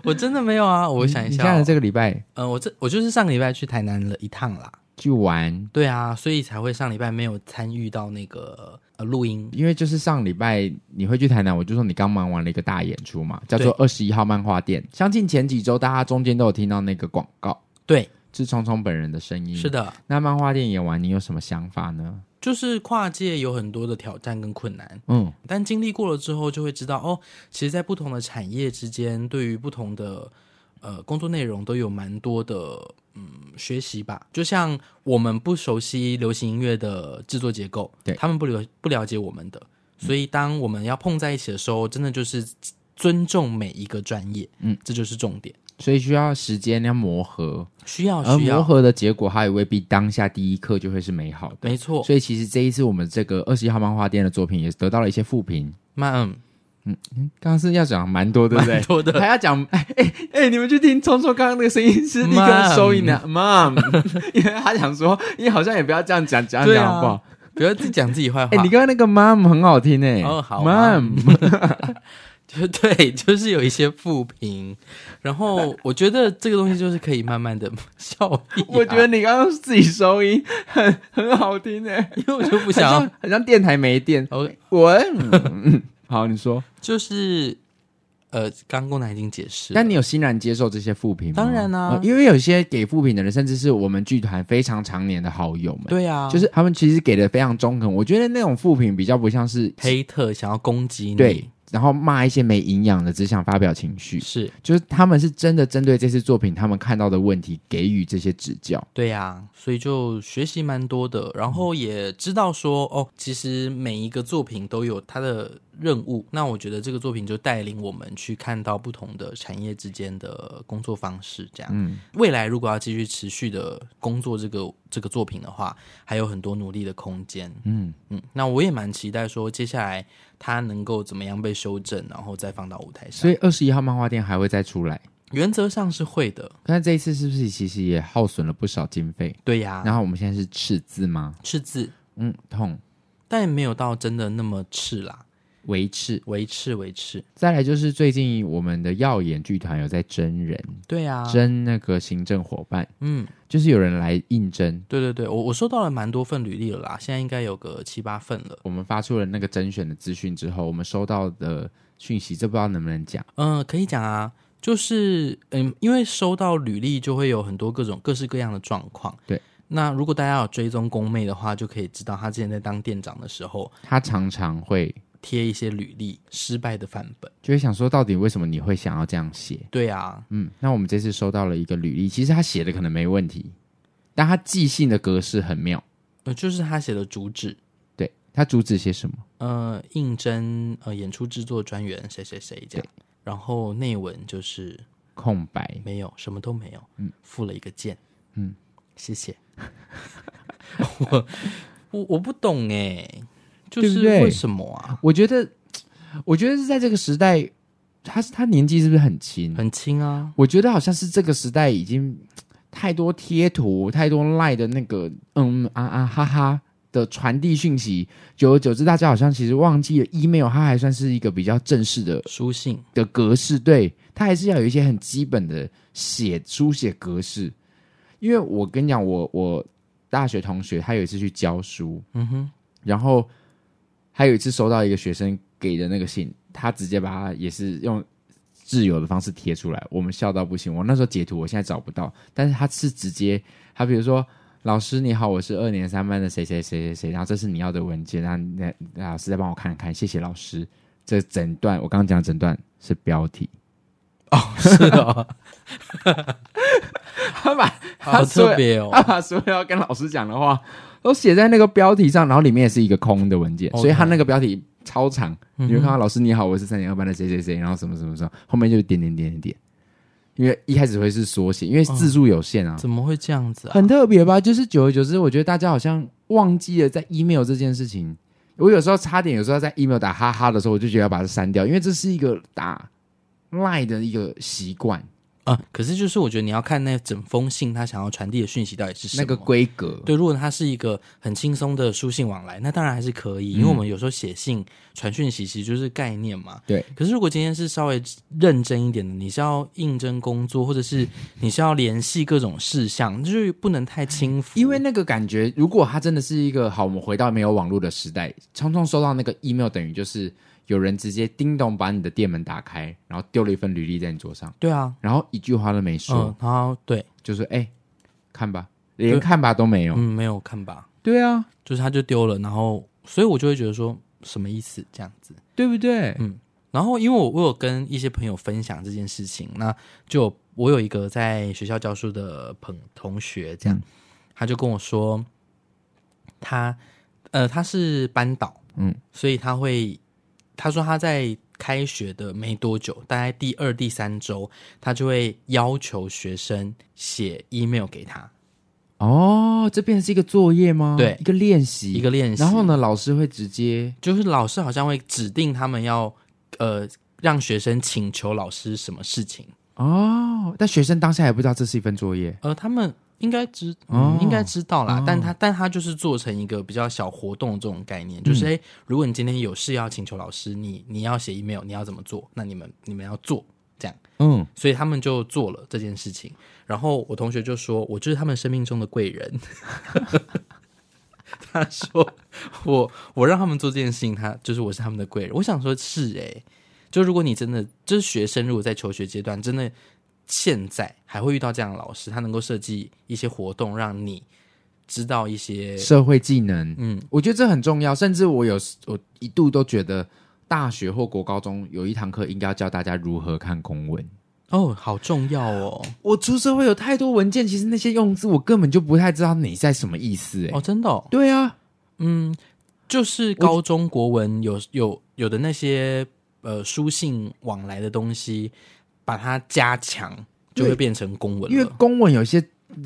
A: 我真的没有啊。 我想一
B: 你
A: 下
B: 看
A: 哦、
B: 了这个礼拜
A: 嗯，我这我就是上个礼拜去台南了一趟啦。
B: 去玩，
A: 对啊，所以才会上礼拜没有参与到那个呃录音。
B: 因为就是上礼拜你会去台南，我就说你刚忙完了一个大演出嘛，叫做二十一号漫画店。相信前几周大家中间都有听到那个广告，
A: 对，
B: 是聪聪本人的声音。
A: 是，的，
B: 那漫画店演完，你有什么想法呢？
A: 就是跨界有很多的挑战跟困难，
B: 嗯，
A: 但经历过了之后，就会知道哦，其实，在不同的产业之间，对于不同的呃工作内容都有蛮多的嗯学习吧。就像我们不熟悉流行音乐的制作结构，
B: 对
A: 他们不了不了解我们的，所以当我们要碰在一起的时候，真的就是尊重每一个专业，
B: 嗯，
A: 这就是重点，
B: 所以需要时间要磨合，
A: 需要
B: 而
A: 哦需
B: 磨
A: 要，
B: 合的结果，它也未必当下第一刻就会是美好的。
A: 没 错，
B: 所以其实这一次我们这个二十一号漫画店的作品也得到了一些负评。
A: 慢。嗯
B: 刚刚是要讲蛮多，对不对？
A: 蛮多的
B: 还要讲哎哎哎，你们去听聪聪刚刚那个声音是立刻收音的，mom，因 为他想说，你好像也不要这样讲，这样
A: 对啊
B: 讲好不好？
A: 不要自己讲自己坏话。
B: 哎、你刚刚那个 mom 很好听哎、
A: 哦好
B: mom，
A: 就对，就是有一些负评，然 后我觉得这个东西就是可以慢慢 的笑屁啊、
B: 我觉得你刚刚自己收音很很好听哎、
A: 因为我就不
B: 不
A: 想
B: 很
A: 要
B: 像，很像电台没电。
A: 哦，
B: 我、 嗯好，你说，
A: 就是呃，刚刚宫南已经解释了，
B: 但你有欣然接受这些负评吗？
A: 当然啊啦
B: 哦因为有些给负评的人，甚至是我们剧团非常常年的好友们，
A: 对啊，
B: 就是他们其实给的非常中肯，我觉得那种负评比较不像是
A: 黑特想要攻击你，
B: 对，然后骂一些没营养的，只想发表情绪，
A: 是，
B: 就是他们是真的针对这次作品他们看到的问题给予这些指教。
A: 对呀、所以就学习蛮多的，然后
B: 嗯
A: 也知道说哦，其实每一个作品都有它的任务。那我觉得这个作品就带领我们去看到不同的产业之间的工作方式，这样。
B: 嗯，
A: 未来如果要继续持续的工作这个这个作品的话，还有很多努力的空间。
B: 嗯，
A: 嗯，那我也蛮期待说接下来它能够怎么样被修正，然后再放到舞台
B: 所
A: 上。
B: 以二十一号漫画店还会再出来，
A: 原则上是会的，
B: 但这一次是不是其实也耗损了不少经费？
A: 对呀、
B: 然后我们现在是赤字吗？
A: 赤字，
B: 嗯，痛。
A: 但也没有到真的那么赤啦。
B: 维持。
A: 维持维持，
B: 再来就是最近我们的耀眼剧团有在征人，
A: 对啊，
B: 征那个行政伙伴，
A: 嗯，
B: 就是有人来应征。
A: 对对对，我我收到了蛮多份履历了啦，现在应该有个七八份了。
B: 我们发出了那个甄选的资讯之后，我们收到的讯息，这不知道能不能讲。
A: 嗯、可以讲啊，就是嗯，因为收到履历就会有很多各种各式各样的状况。
B: 对，
A: 那如果大家有追踪宫妹的话，就可以知道她之前在当店长的时候
B: 他常常会
A: 贴一些履历失败的范本。
B: 就会想说，到底为什么你会想要这样写？
A: 对啊，
B: 嗯，那我们这次收到了一个履历，其实他写的可能没问题，但他寄信的格式很妙。
A: 呃，就是她写的主旨，
B: 对他主旨写什么？
A: 呃，应征呃演出制作专员谁谁谁这样，然后内文就是
B: 空白。
A: 没有，什么都没有，付了一个件，
B: 嗯，
A: 谢 谢。我我我不懂哎，就
B: 对不
A: 是
B: 对
A: 为什么啊？
B: 我觉得，我觉得是在这个时代，他是他年纪是不是很轻？
A: 很轻啊，
B: 我觉得好像是这个时代已经太多贴图、太多赖的那个嗯啊啊哈哈的传递讯息，久而久之，大家好像其实忘记了 email，它还算是一个比较正式的
A: 书信
B: 的格式，对，它还是要有一些很基本的写书写格式。因为我跟你讲，我我大学同学他有一次去教书，嗯
A: 哼，
B: 然后还有一次收到一个学生给的那个信，他直接把它也是用挚友的方式贴出来，我们笑到不行。我那时候截图，我现在找不到，但是他是直接，他比如说。老师你好，我是二年三班的谁谁谁谁谁，然后这是你要的文件，然后那那老师再帮我看看，谢谢老师。这整段我刚刚讲的整段是标题，
A: 是哦，
B: 他把
A: 好特别哦
B: 他把所有要跟老师讲的话都写在那个标题上，然后里面也是一个空的文件，
A: OK
B: 所以他那个标题超长。
A: 嗯哼
B: 你会看啊到老师你好，我是三年二班的谁谁谁，然后什么什么什么，后面就是点点点点点，因为一开始会是缩写，因为字数有限啊，
A: 怎么会这样子嗯啊？
B: 很特别吧？就是久而久之，我觉得大家好像忘记了在 email 这件事情。我有时候差点，有时候在 email 打哈哈的时候，我就觉得要把它删掉，因为这是一个打 line 的一个习惯，
A: 啊，可是就是我觉得你要看那整封信他想要传递的讯息到底是什么。
B: 那个规格。
A: 对，如果它是一个很轻松的书信往来，那当然还是可
B: 嗯
A: 以，因为我们有时候写信、传讯息其实就是概念嘛。
B: 对。
A: 可是如果今天是稍微认真一点的，你是要应征工作，或者是你是要联系各种事项，就是不能太轻浮，
B: 因为那个感觉，如果它真的是一个好，我们回到没有网络的时代，匆匆收到那个 email，等于就是有人直接叮咚把你的店门打开，然后丢了一份履历在你桌上，
A: 对啊，
B: 然后一句话都没说，
A: 嗯，然后对，
B: 就说哎、看吧，连看吧都没有。
A: 嗯，没有看吧，
B: 对啊，
A: 就是他就丢了，然后所以我就会觉得说什么意思这样子。
B: 对不对？
A: 然后因为我我有跟一些朋友分享这件事情，那就有我有一个在学校教书的朋同学，这样、他就跟我说，他呃他是班导，
B: 嗯，
A: 所以他会他说他在开学的没多久，大概第二第三周，他就会要求学生写 email 给他，
B: 哦，这变成是一个作业吗？
A: 对
B: 一个练习，
A: 一个练习
B: 嗯然后呢，老师会直接
A: 就是老师好像会指定他们要呃让学生请求老师什么事情。
B: 哦，但学生当下也不知道这是一份作业。
A: 呃，他们应该知，
B: 哦
A: 嗯，应该知道啦。但他但他就是做成一个比较小活动的这种概念，就是哎、诶如果你今天有事要请求老师，你你要写 email，你要怎么做？那你们你们要做这样，
B: 嗯，
A: 所以他们就做了这件事情。然后我同学就说，我就是他们生命中的贵人。 他说我我让他们做这件事情，他就是我是他们的贵人。我想说是哎、就如果你真的就是学生，如果在求学阶段，真的现在还会遇到这样的老师，他能够设计一些活动，让你知道一些
B: 社会技能，
A: 嗯，
B: 我觉得这很重要。甚至我有我一度都觉得，大学或国高中有一堂课应该要教大家如何看公文。
A: 哦，好重要哦
B: 我出社会有太多文件，其实那些用字我根本就不太知道你在什么意思、欸。
A: 哦，真的、哦，
B: 对啊，
A: 嗯，就是高中国文有有有的那些呃书信往来的东西，把它加强，就
B: 对
A: 会变成公文
B: 因为
A: 了。
B: 公文有些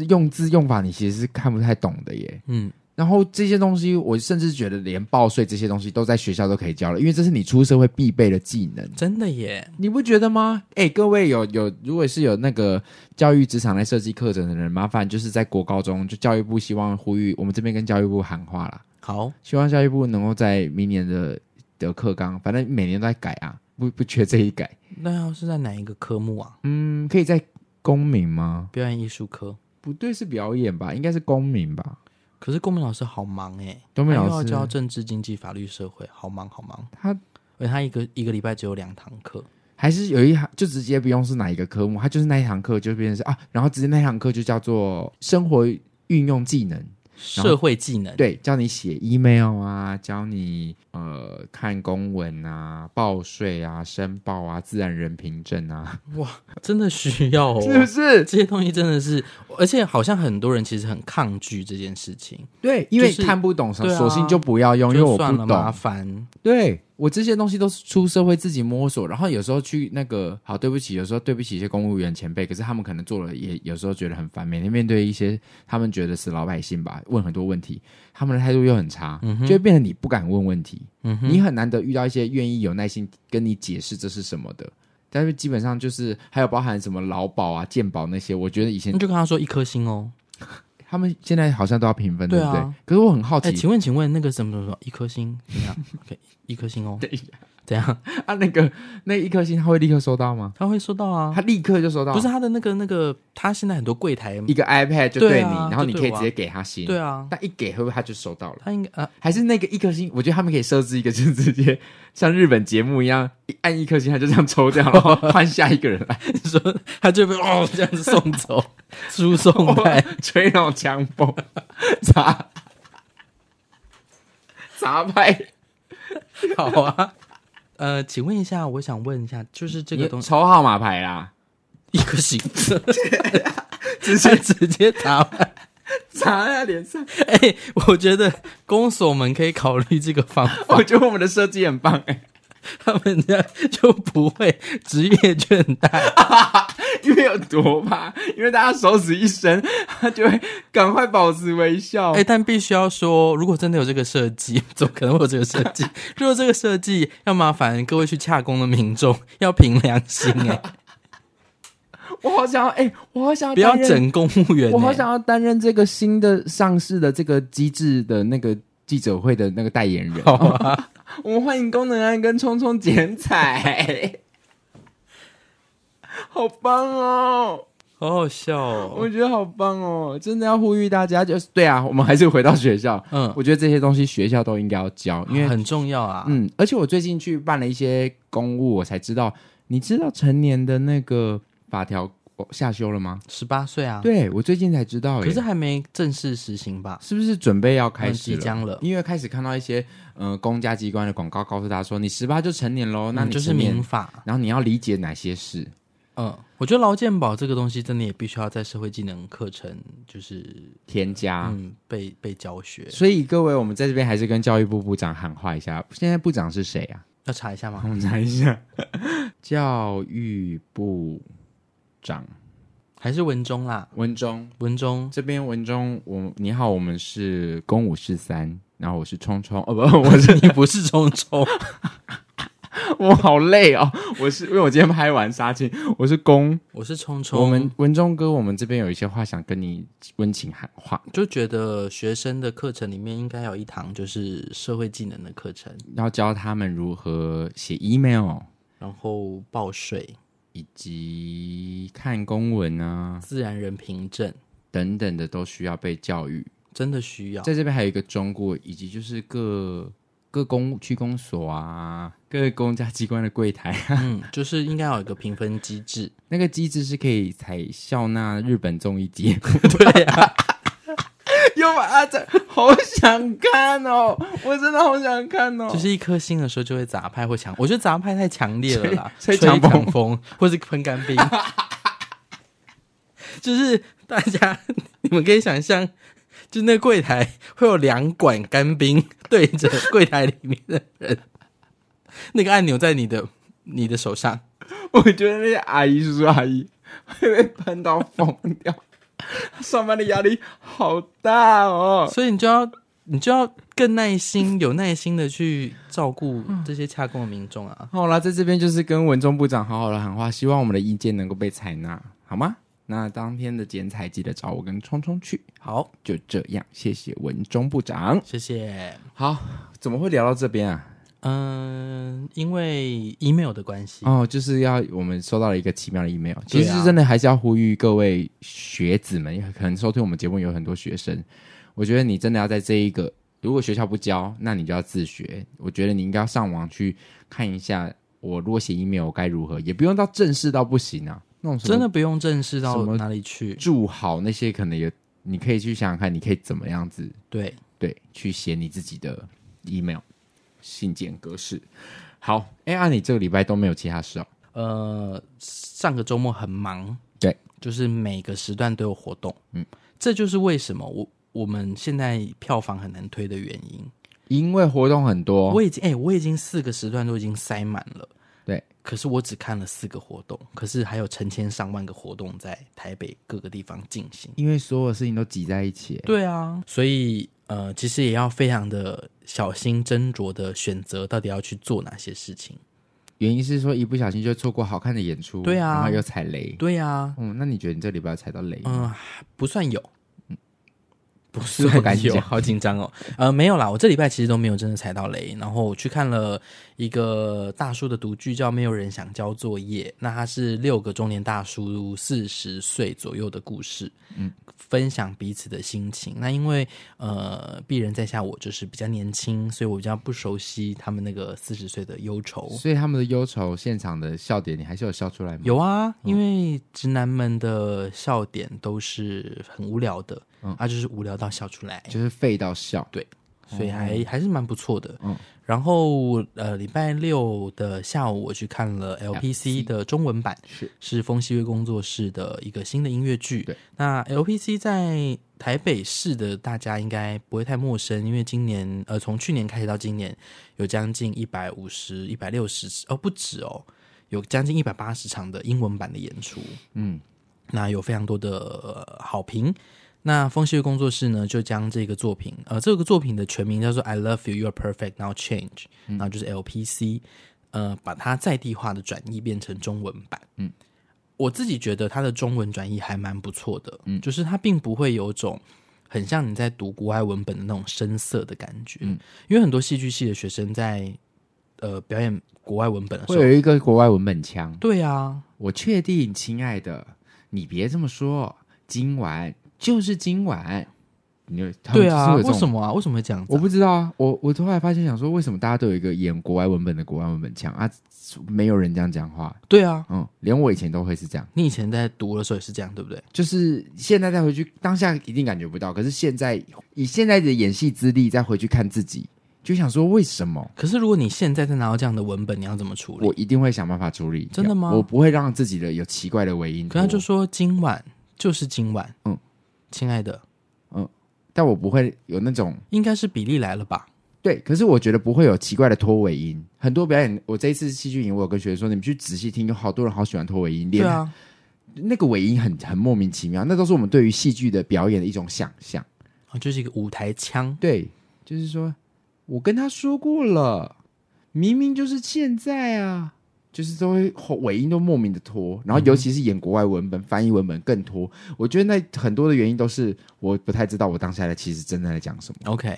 B: 用字用法你其实是看不太懂的耶。
A: 嗯，
B: 然后这些东西，我甚至觉得连报税这些东西都在学校都可以教了，因为这是你出社会必备的技能。
A: 真的耶，
B: 你不觉得吗？哎、各位有有，如果是有那个教育职场来设计课程的人，麻烦就是在国高中，就教育部希望呼吁我们这边跟教育部喊话啦，
A: 好，
B: 希望教育部能够在明年的的课纲，反正每年都在改啊，不不缺这一改。
A: 那要是在哪一个科目啊？
B: 嗯，可以在公民吗？
A: 表演艺术科。
B: 不对，是表演吧？应该是公民吧？
A: 可是公民老师好忙哎、欸，
B: 公民老师
A: 他又要教政治、经济、法律、社会，好忙好忙。
B: 他
A: 而且他一个一个礼拜只有两堂课，
B: 还是有一行就直接不用是哪一个科目，它就是那一堂课就变成是啊，然后直接那一堂课就叫做生活运用技能，
A: 社会技能。
B: 对，教你写 email 啊，教你呃看公文啊、报税啊、申报啊、自然人凭证啊，
A: 哇，真的需要哦。
B: 是不是？
A: 这些东西真的是，而且好像很多人其实很抗拒这件事情，
B: 对，因为
A: 就是
B: 看不懂，
A: 对啊
B: 索性就不要用，因为我
A: 就算
B: 不
A: 了麻
B: 懂。
A: 烦。
B: 对我这些东西都是出社会自己摸索，然后有时候去那个好，对不起，有时候对不起一些公务员前辈，可是他们可能做了也有时候觉得很烦，每天面对一些他们觉得是老百姓吧，问很多问题，他们的态度又很差，就会变成你不敢问问题，
A: 嗯哼，
B: 你很难得遇到一些愿意有耐心跟你解释这是什么的。但是基本上就是还有包含什么劳保啊、健保那些，我觉得以前
A: 那就跟他说一颗星哦。
B: 他们现在好像都要评分，
A: 对
B: 对
A: 啊
B: 不对？可是我很好
A: 哎、
B: 奇，
A: 请问，请问那个什么什么什么一颗星怎 样？OK，一颗星哦。
B: 等一下
A: 怎样？
B: 啊，那个那一颗星他会立刻收到吗？
A: 他会收到啊
B: 他。立刻就收到，
A: 不是他的那个那个，他现在很多柜台，
B: 一个 iPad 就
A: 对
B: 对
A: 啊
B: 你，然后
A: 就
B: 你
A: 对
B: 可以
A: 我啊
B: 直接给他星。
A: 对啊，
B: 但一给会不会他就收到了？
A: 他应该啊，
B: 还是那个一颗星？我觉得他们可以设置一个，就是直接像日本节目一样，一按一颗星，他就这样抽掉， 然后换下一个人来，
A: 说他就被 哦这样子送走，输送带。
B: 吹那种枪崩，砸砸派。
A: 好啊。 呃，请问一下，我想问一下，就是这
B: 这
A: 个东西
B: 抽号码牌啦，
A: 一颗星，直 接 直接打完。
B: 砸在他脸上。
A: 哎、我觉得公所们可以考虑这个方法，
B: 我觉得我们的设计很棒哎、
A: 他们这样就不会职业倦怠。
B: 因为有多怕，因为大家手指一伸，他就会赶快保持微笑。
A: 哎、但必须要说，如果真的有这个设计， 怎么可能会有这个设计？ 如果这个设计，要麻烦各位去洽公的民众要凭良心哎、
B: 我好想要，哎、我好想要
A: 不要
B: 担任
A: 整公务员、欸。
B: 我好想要担任这个新的上市的这个机制的那个记者会的那个代言 人。
A: 好啊，
B: 我们欢迎功能安跟聪聪剪彩， 好棒哦！
A: 好好笑哦。
B: 我觉得好棒哦，真的要呼吁大家，就是对啊，我们还是回到学校。
A: 嗯，
B: 我觉得这些东西学校都应该要教，因为
A: 很重要啊。
B: 嗯，而且我最近去办了一些公务，我才知道，你知道成年的那个法条哦下修了吗？
A: 十八岁啊，，
B: 对我最近才知道耶，
A: 可是还没正式实行吧？嗯
B: 是不是准备要开始
A: 即将了
B: 因为开始看到一些呃公家机关的广告，告诉他说你十八就成年哦喽，那
A: 嗯
B: 你
A: 就是
B: 成年
A: 民法。
B: 然后你要理解哪些事。
A: 嗯，我觉得劳健保这个东西真的也必须要在社会技能课程，就是
B: 添加，
A: 嗯被被教学。
B: 所以各位，我们在这边还是跟教育部部长喊话一下。现在部长是谁 啊？
A: 要查一下
B: 我
A: 吗？
B: 们查一下，教育部长
A: 还是文中啦？
B: 文忠。
A: 文中
B: 这边文忠，我你好，我们是公五十三，然后我是冲冲，哦不，我是
A: 你不是中中，
B: 我好累哦，我是因为我今天拍完杀青，我是公
A: 我是聪聪。
B: 我们文忠哥，我们这边有一些话想跟你温情喊话，
A: 就觉得学生的课程里面应该有一堂就是社会技能的课程，
B: 要教他们如何写 email
A: 然后报税、
B: 以及看公文啊
A: 自然人凭证，
B: 等等的，都需要被教育。
A: 真的需要。
B: 在这边还有一个中国，以及就是各各公区公所啊，各公家机关的柜台，啊
A: 嗯，就是应该要有一个评分机制。
B: 那个机制是可以采笑纳日本综艺节目。
A: 对
B: 啊
A: 呀、
B: 又把它整，好想看哦，我真的好想看哦
A: 就是一颗星的时候就会砸派或强，我觉得砸派太强烈了啦，
B: 吹
A: 吹
B: 吹强风
A: 风或是喷干 冰，就是大家你们可以想象，就那柜台会有两管干冰对着柜台里面的人，那个按钮在你的你的手上，
B: 我觉得那些阿姨叔叔阿姨会被喷到疯掉，上班的压力好大哦。
A: 所以你就要你就要更耐心、有耐心的去照顾
B: 嗯
A: 这些恰工的民众啊。
B: 好啦，在这边就是跟文中部长好好的喊话，希望我们的意见能够被采纳，好吗？那当天的剪彩记得找我跟冲冲去，
A: 好，
B: 就这样，谢谢文中部长。
A: 谢谢。
B: 好，怎么会聊到这边啊？
A: 嗯，因为 email 的关系，
B: 哦，就是要我们收到了一个奇妙的 email，其
A: 对
B: 实
A: 啊
B: 真的还是要呼吁各位学子们，也可能收听我们节目有很多学生，我觉得你真的要在这一个，如果学校不教，那你就要自学。我觉得你应该要上网去看一下，我如果写 email 我该如何，也不用到正式到不行啊，那种什么
A: 真的不用正式
B: 什
A: 到
B: 么
A: 哪里去。
B: 住好那些，可能也你可以去想想看，你可以怎么样子
A: 对，
B: 对，去写你自己的 email 信件格式。好，哎、按、你这个礼拜都没有其他事哦。
A: 呃，上个周末很忙，
B: 对，
A: 就是每个时段都有活动，
B: 嗯
A: 嗯，这就是为什么我我们现在票房很难推的原因。
B: 因为活动很多，
A: 我已经哎、我已经四个时段都已经塞满了，
B: 对，
A: 可是我只看了四个活动，可是还有成千上万个活动在台北各个地方进行。
B: 因为所有事情都挤在一起。
A: 对啊，所以呃，其实也要非常的小心斟酌的选择，到底要去做哪些事情。
B: 原因是说一不小心就错过好看的演出，
A: 对啊
B: 然后又踩雷。
A: 对啊，
B: 嗯，那你觉得你这礼拜有踩到雷
A: 嗯、
B: 吗？
A: 不算有， 不
B: 是不敢
A: 算有，
B: 讲
A: 好紧张哦。呃，没有啦，我这礼拜其实都没有真的踩到雷。然后我去看了一个大叔的独剧，叫《没有人想交作业》，那他是六个中年大叔四十岁左右的故事，嗯，分享彼此的心情。那因为呃，鄙人在下我就是比较年轻，所以我比较不熟悉他们那个四十岁的忧愁。
B: 所以他们的忧愁，现场的笑点，你还是有笑出来吗？
A: 嗯有啊，因为直男们的笑点都是很无聊的，
B: 嗯
A: 啊，就是无聊到笑出来，
B: 就是废到笑。
A: 所以还、还是蛮不错的。
B: 嗯
A: 然后呃，礼拜六的下午我去看了 LPC
B: LPC
A: 的中文版，
B: 是
A: 是风西月工作室的一个新的音乐剧。
B: 对，
A: 那 LPC 在台北市的大家应该不会太陌生，因为今年呃，从去年开始到今年，有将近一百五十、一百六十哦，不止哦，有将近一百八十场的英文版的演出。
B: 嗯，
A: 那有非常多的、呃好评。那风西月工作室呢，就将这个作品，呃，这个作品的全名叫做《I Love You, You're Perfect, Now Change》，然后就是 LPC，呃，把它在地化的转译变成中文版。
B: 嗯，
A: 我自己觉得它的中文转译还蛮不错的，嗯，就是它并不会有种很像你在读国外文本的那种深涩的感觉，嗯，因为很多戏剧系的学生在呃表演国外文本的时
B: 会有
A: 候，
B: 一个国外文本腔。
A: 对啊，
B: 我确定，亲爱的，你别这么说，今晚就是今晚。你就他们
A: 对
B: 就是
A: 啊，
B: 会有这
A: 为
B: 种
A: 什么啊？为什么会这样子啊、
B: 我不知道啊，我我后来发现想说，为什么大家都有一个演国外文本的国外文本腔啊？没有人这样讲话，
A: 对啊，
B: 嗯，连我以前都会是这样，
A: 你以前在读的时候也是这样，对不对？
B: 就是现在再回去，当下一定感觉不到，可是现在以现在的演戏资历再回去看自己，就想说为什么？
A: 可是如果你现在再拿到这样的文本，你要怎么处理
B: 我？一定会想办法处理掉，
A: 真的吗
B: 我不会让自己的有奇怪的尾音，
A: 可他就，说今晚就是今晚，
B: 嗯
A: 嗯，亲爱的，
B: 但我不会有那种
A: 应该是比利来了吧？
B: 对，可是我觉得不会有奇怪的拖尾音。很多表演，我这一次戏剧营，我有跟学生说，你们去仔细听，有好多人好喜欢拖尾音，
A: 对
B: 连
A: 啊，
B: 那个尾音很很莫名其妙，那都是我们对于戏剧的表演的一种想象。
A: 啊就是一个舞台腔，
B: 对，就是说我跟他说过了，明明就是现在啊，就是都会吼尾音都莫名的拖，然后尤其是演国外文本、翻译文本更拖。我觉得那很多的原因都是我不太知道我当下的其实真的在讲什么。
A: OK，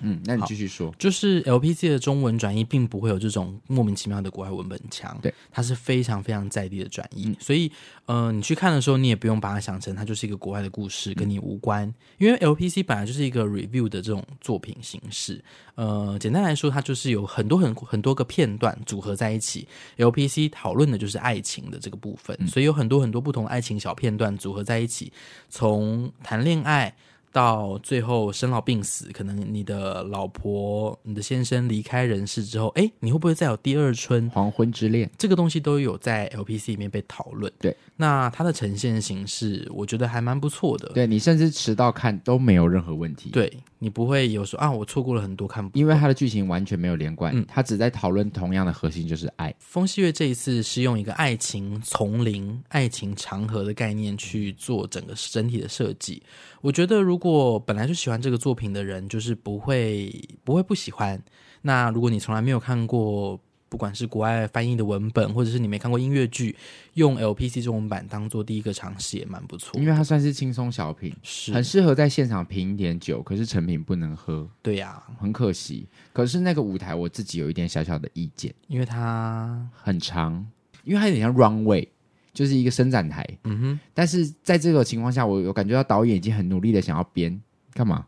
B: 嗯，那你继续说。
A: 就是 LPC 的中文转译并不会有这种莫名其妙的国外文本腔，
B: 对，
A: 它是非常非常在地的转译，所以呃，你去看的时候，你也不用把它想成它就是一个国外的故事，跟你无关，因为 LPC 本来就是一个 review 的这种作品形式，呃，简单来说，它就是有很多很很多个片段组合在一起，LPC 讨论的就是爱情的这个部分，所以有很多很多不同的爱情小片段组合在一起，从谈恋爱。到最后生老病死，可能你的老婆、你的先生离开人世之后，哎，你会不会再有第二春？
B: 黄昏之恋，
A: 这个东西都有在 LPC 里面被讨论。
B: 对，
A: 那它的呈现形式，我觉得还蛮不错的。
B: 对你甚至迟到看都没有任何问题。，
A: 对，你不会有说啊，我错过了很多看不。
B: 因为它的剧情完全没有连贯，
A: 嗯
B: 它只在讨论同样的核心就是爱。
A: 风细月这一次是用一个爱情丛林、爱情长河的概念去做整个整体的设计。我觉得，如果本来就喜欢这个作品的人，就是不会不会不喜欢。那如果你从来没有看过不管是国外翻译的文本，或者是你没看过音乐剧，用 LPC 中文版当做第一个尝试也蛮不错的。
B: 因为它算是轻松小品，
A: 是
B: 很适合在现场品一点酒，可是成品不能喝，
A: 对呀、
B: 很可惜。可是那个舞台我自己有一点小小的意见，
A: 因为它
B: 很长，因为它有点像 runway，就是一个伸展台。
A: 嗯哼，
B: 但是在这个情况下，我有感觉到导演已经很努力的想要编干嘛？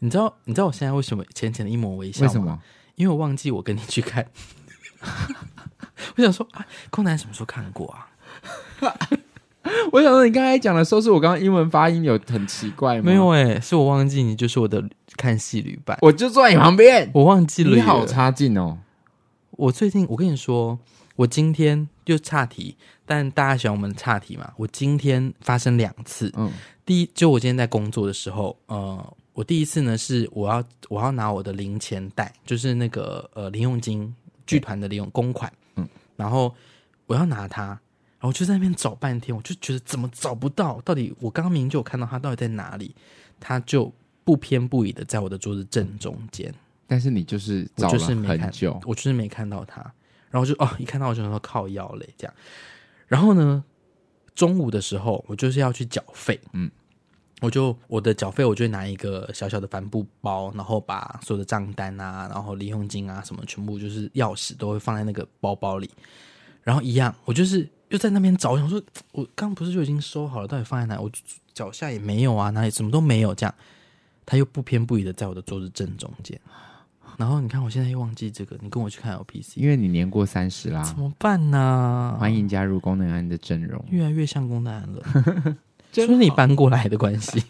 A: 你知道你知道我现在为什么浅浅的一抹微笑
B: 为
A: 吗？
B: 什么？
A: 因为我忘记我跟你去看。 我想说啊，空男什么时候看过啊？
B: 我想说，你刚才讲的时候，是我刚刚英文发音有啊很奇怪吗？
A: 没有，哎、是我忘记你就是我的看戏旅伴，
B: 我就坐在你旁边。
A: 我忘记了
B: 你
A: 耶。
B: 好差劲哦！
A: 我最近我跟你说，我今天就岔题，但大家喜欢我们岔题嘛？我今天发生两次，
B: 嗯，
A: 第一，就我今天在工作的时候，呃，我第一次呢是我要我要拿我的零钱袋，就是那个呃零用金，剧团的零用公款，
B: 嗯
A: 嗯，然后我要拿它，然后我就在那边找半天，我就觉得怎么找不到，到底我刚刚明明就有看到它到底在哪里，它就不偏不倚的在我的桌子正中间，
B: 但是你就是
A: 我
B: 找
A: 就
B: 了
A: 是没
B: 很
A: 看
B: 久，
A: 我就是没看到他，然后就哦，一看到我就想说靠腰嘞这样，然后呢，中午的时候我就是要去缴费，
B: 嗯
A: 嗯，我就我的缴费我就会拿一个小小的帆布包，然后把所有的账单啊，然后零用金啊什么全部就是钥匙都会放在那个包包里，然后一样我就是又在那边找，我想说我刚不是就已经收好了，到底放在哪？我脚下也没有啊，哪里什么都没有这样。他又不偏不倚的在我的桌子正中间，然后你看，我现在又忘记这个，你跟我去看 LPC，
B: 因为你年过三十啦
A: 怎。么办呢、
B: 欢迎加入功能安的阵容。
A: 越来越像公男 了，是不是你搬过来的关系？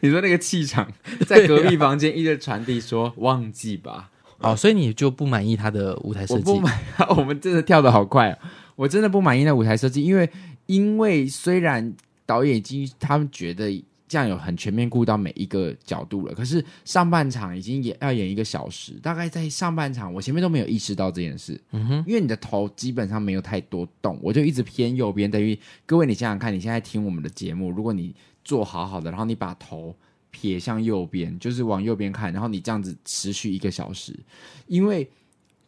B: 你说那个气场在隔壁房间一直传递说忘记吧，
A: 哦，所以你就不满意他的舞台
B: 我
A: 设计
B: 不？满， 我们真的跳的好快、哦，我真的不满意那舞台设计，因为因为虽然导演已经他们觉得这样有很全面顾到每一个角度了，可是上半场已经演要演一个小时，大概在上半场我前面都没有意识到这件事，
A: 嗯哼，
B: 因为你的头基本上没有太多动，我就一直偏右边。等于各位，你想想看，你现在听我们的节目，如果你坐好好的，然后你把头撇向右边，就是往右边看，然后你这样子持续一个小时，因为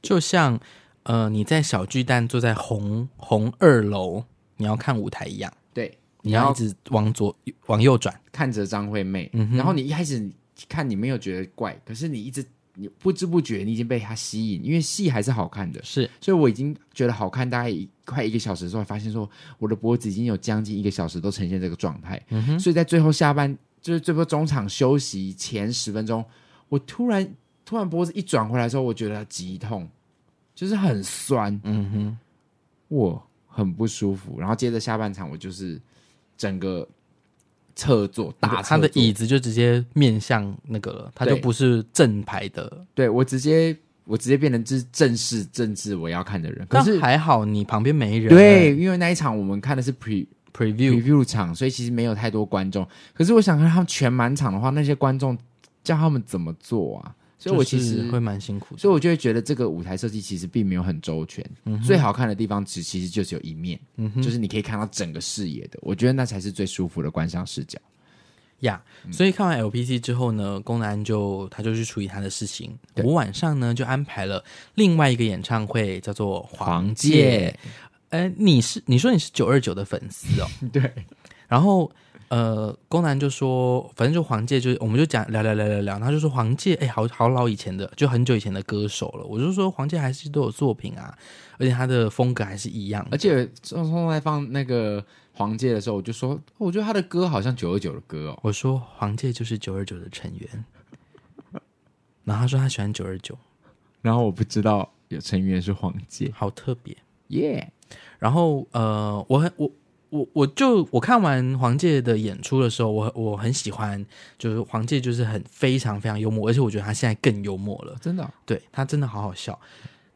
A: 就像呃，你在小巨蛋坐在红红二楼，你要看舞台一样，
B: 对
A: 你
B: 你
A: 要
B: 要
A: 一直往左往右转，
B: 看着张惠妹，
A: 嗯哼
B: 然后你一开始看你没有觉得怪，可是你一直你不知不觉你已经被她吸引，因为戏还是好看的，
A: 是
B: 所以我已经觉得好看，大概一快一个小时的时候，发现说我的脖子已经有将近一个小时都呈现这个状态，
A: 嗯
B: 所以在最后下半就是最后中场休息前十分钟，我突然突然脖子一转回来的时候，我觉得极痛，就是很酸，
A: 嗯哼，
B: 我很不舒服。然后接着下半场，我就是整个侧坐打
A: 他的椅
B: 子，
A: 子就直接面向那个了，他就
B: 对
A: 不是正牌的，
B: 对我直接我直接变成就是正式政治我要看的人，可
A: 但
B: 是。
A: 还好你旁边没人，
B: 对，因为那一场我们看的是 pre
A: ，preview
B: review 场，所以其实没有太多观众。可是我想看他们全满场的话，那些观众叫他们怎么做啊？所以我其
A: 就
B: 实
A: 是会，蛮辛苦的，
B: 所以我就会觉得这个舞台设计其实并没有很周全。最好看的地方只其实就只有一面，
A: 嗯哼
B: 就是你可以看到整个视野的。我觉得那才是最舒服的观赏视角。
A: 呀
B: 嗯
A: 所以看完 LPC 之后呢，宫南就他就去处理他的事情。我晚上呢就安排了另外一个演唱会，叫做《黄
B: 戒
A: 戒》。呃，你是你说你是九二九的粉丝哦？
B: 对，
A: 然后呃，宫南就说，反正就黄玠，就是我们就讲聊聊聊聊聊，他就说黄玠，哎、好好老以前的，就很久以前的歌手了。我就说黄玠还是都有作品啊，而且他的风格还是一样的。
B: 而且宋宋在放那个黄玠的时候，我就说，我觉得他的歌好像九二九的歌哦。
A: 我说黄玠就是九二九的成员，然后他说他喜欢九二九，
B: 然后我不知道有成员是黄玠，
A: 好特别。
B: 耶、
A: 然后呃，我很我我我就我看完黄玠的演出的时候，我我很喜欢，就是黄玠就是很非常非常幽默，而且我觉得他现在更幽默了，
B: 真的哦、
A: 对他真的好好笑。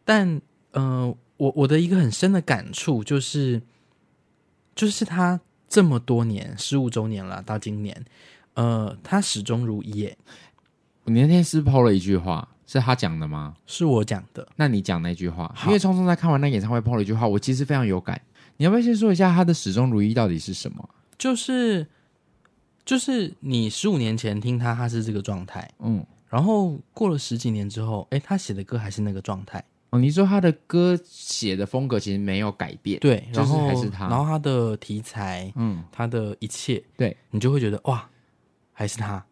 A: 但呃，我我的一个很深的感触就是，就是他这么多年十五周年了，到今年，呃，他始终如一耶，
B: 你那天是抛了一句话，是他讲的吗？
A: 是我讲的。
B: 那你讲那句话，
A: 好
B: 因为聪聪在看完那演唱会抛了一句话，我其实非常有感。你要不要先说一下他的始终如一到底是什么？
A: 就是就是你十五年前听他，他是这个状态，
B: 嗯，
A: 然后过了十几年之后，哎，他写的歌还是那个状态，
B: 哦，你说他的歌写的风格其实没有改变，，
A: 对，
B: 就是
A: 然后
B: 还是他
A: 然后他的题材，
B: 嗯，
A: 他的一切，
B: 对
A: 你就会觉得哇，还是他。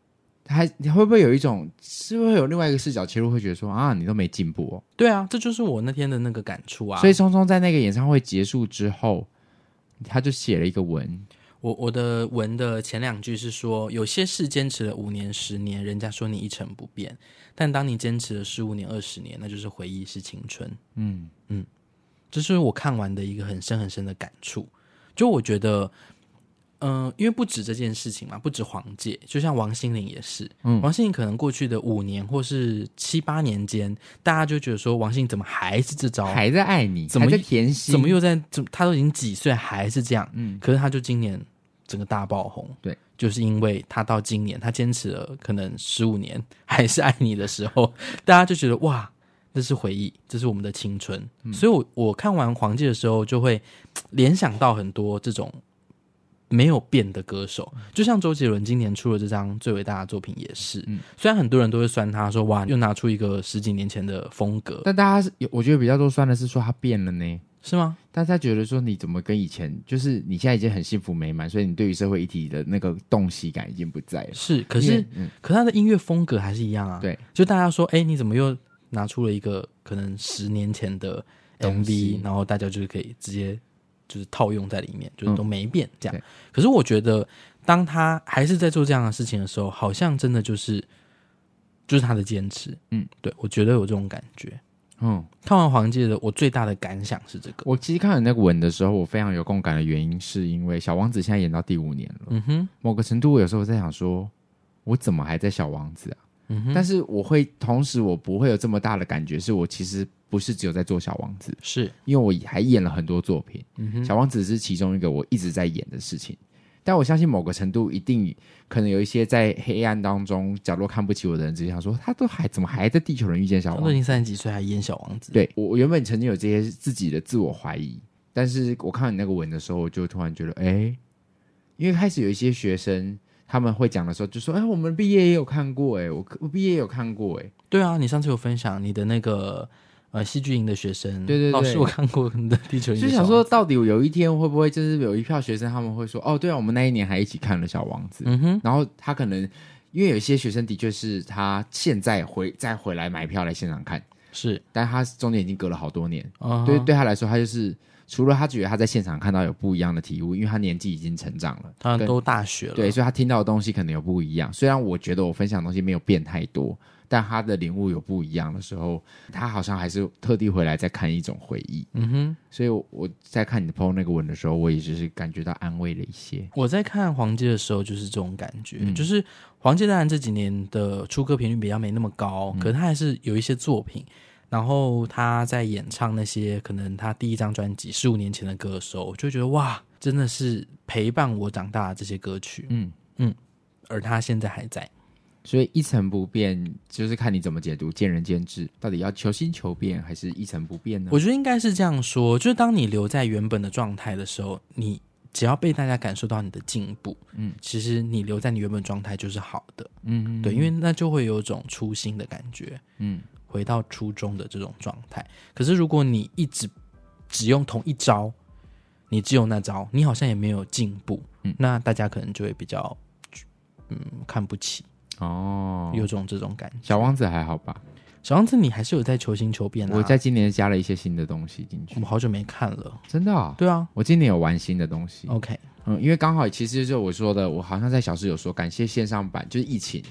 B: 还你会不会有一种是会有另外一个视角切入，会觉得说啊，你都没进步哦。
A: 对啊，这就是我那天的那个感触啊。
B: 所以聪聪在那个演唱会结束之后，他就写了一个文，
A: 我我的文的前两句是说，有些事坚持了五年、十年，人家说你一成不变；但当你坚持了十五年、二十年，那就是回忆，是青春。
B: 嗯，
A: 这是我看完的一个很深很深的感触。就我觉得，嗯、因为不止这件事情嘛，不止黄玠，就像王心凌也是。
B: 嗯
A: 王心凌可能过去的五年或是七八年间，大家就觉得说，王心凌怎么还是这招？啊
B: 还在爱你，
A: 哦怎么
B: 还在甜心，
A: 怎么又在？怎么她都已经几岁还是这样？
B: 嗯
A: 可是她就今年整个大爆红，
B: 对，
A: 就是因为她到今年，她坚持了可能十五年还是爱你的时候， 大家就觉得哇，这是回忆，这是我们的青春。
B: 嗯
A: 所以我，我看完黄玠的时候，就会嘖联想到很多这种没有变的歌手，就像周杰伦今年出了这张最伟大的作品也是。
B: 嗯
A: 虽然很多人都会酸他说哇，又拿出一个十几年前的风格，
B: 但大家是有，我觉得比较多酸的是说他变了呢。
A: 是吗？
B: 大家觉得说你怎么跟以前，就是你现在已经很幸福美满，所以你对于社会议题的那个洞悉感已经不在了。
A: 是，可
B: 因
A: 是
B: 为嗯，
A: 可他的音乐风格还是一样啊。
B: 对，
A: 就大家说，哎、你怎么又拿出了一个可能十年前的
B: 东西
A: MV，然后大家就是可以直接就是套用在里面，就是都没变这样。
B: 对
A: 可是我觉得，当他还是在做这样的事情的时候，好像真的就是就是他的坚持。
B: 嗯，
A: 对我觉得有这种感觉。
B: 嗯，
A: 看完黄玠的，我最大的感想是这个。
B: 我其实看了那个文的时候，我非常有共感的原因，是因为小王子现在演到第五年了。
A: 嗯哼，
B: 某个程度，我有时候在想说，我怎么还在小王子啊？
A: 嗯哼，
B: 但是我会，同时我不会有这么大的感觉，是我其实不是只有在做小王子，
A: 是，
B: 因为我还演了很多作品。
A: 嗯哼，
B: 小王子是其中一个我一直在演的事情。但我相信某个程度，一定可能有一些在黑暗当中角落看不起我的人，只是想说他都还怎么还在地球人遇见小
A: 他
B: 王
A: 都
B: 子
A: 已经三十几岁还演小王子。，
B: 对我我原本曾经有这些自己的自我怀疑，但是我看到你那个文的时候，我就突然觉得，哎、因为开始有一些学生他们会讲的时候，就说，哎、我们毕业也有看过、哎，我我毕业也有看过、哎，
A: 对啊，你上次有分享你的那个呃戏剧营的学生，
B: 对对对
A: 老师我看过你的地球营，
B: 就想说，，到底有一天会不会就是有一票学生他们会说，哦，对啊，我们那一年还一起看了《小王子》
A: 嗯哼，
B: 然后他可能。因为有一些学生的确是他现在回再回来买票来现场看，
A: 是，
B: 但他中间已经隔了好多年，
A: 啊，
B: 对，对他来说，他就是除了他觉得他在现场看到有不一样的体悟，因为他年纪已经成长了，
A: 他
B: 跟
A: 都大学了，
B: 对，所以他听到的东西可能有不一样。虽然我觉得我分享的东西没有变太多，但他的领悟有不一样的时候，他好像还是特地回来再看一种回忆。
A: 嗯哼，
B: 所以我我在看你的 PO 那个文的时候，我也只是感觉到安慰了一些。
A: 我在看黄玠的时候就是这种感觉，
B: 嗯
A: 就是黄玠当然这几年的出歌频率比较没那么高，
B: 嗯
A: 可是他还是有一些作品。然后他在演唱那些可能他第一张专辑十五年前的歌的时候，我就觉得哇，真的是陪伴我长大的这些歌曲，
B: 嗯，
A: 而他现在还在。
B: 所以一成不变就是看你怎么解读，见仁见智。到底要求新求变，还是一成不变呢？
A: 我觉得应该是这样说，就是当你留在原本的状态的时候，你只要被大家感受到你的进步，
B: 嗯
A: 嗯，其实你留在你原本状态就是好的，
B: 嗯，
A: 对，因为那就会有一种初心的感觉，
B: 嗯
A: 回到初中的这种状态。可是如果你一直只用同一招，你只有那招，你好像也没有进步，
B: 嗯
A: 那大家可能就会比较，嗯，看不起，
B: 哦，
A: 有种这种感觉。
B: 小王子还好吧？
A: 小王子，你还是有在求新求变啊？
B: 我在今年加了一些新的东西进
A: 我
B: 去
A: 们，好久没看了，
B: 真的、啊。
A: 对啊
B: 我今年有玩新的东西，
A: ，OK，
B: 嗯，因为刚好其实就是我说的，我好像在小时有说，感谢线上版，就是疫情，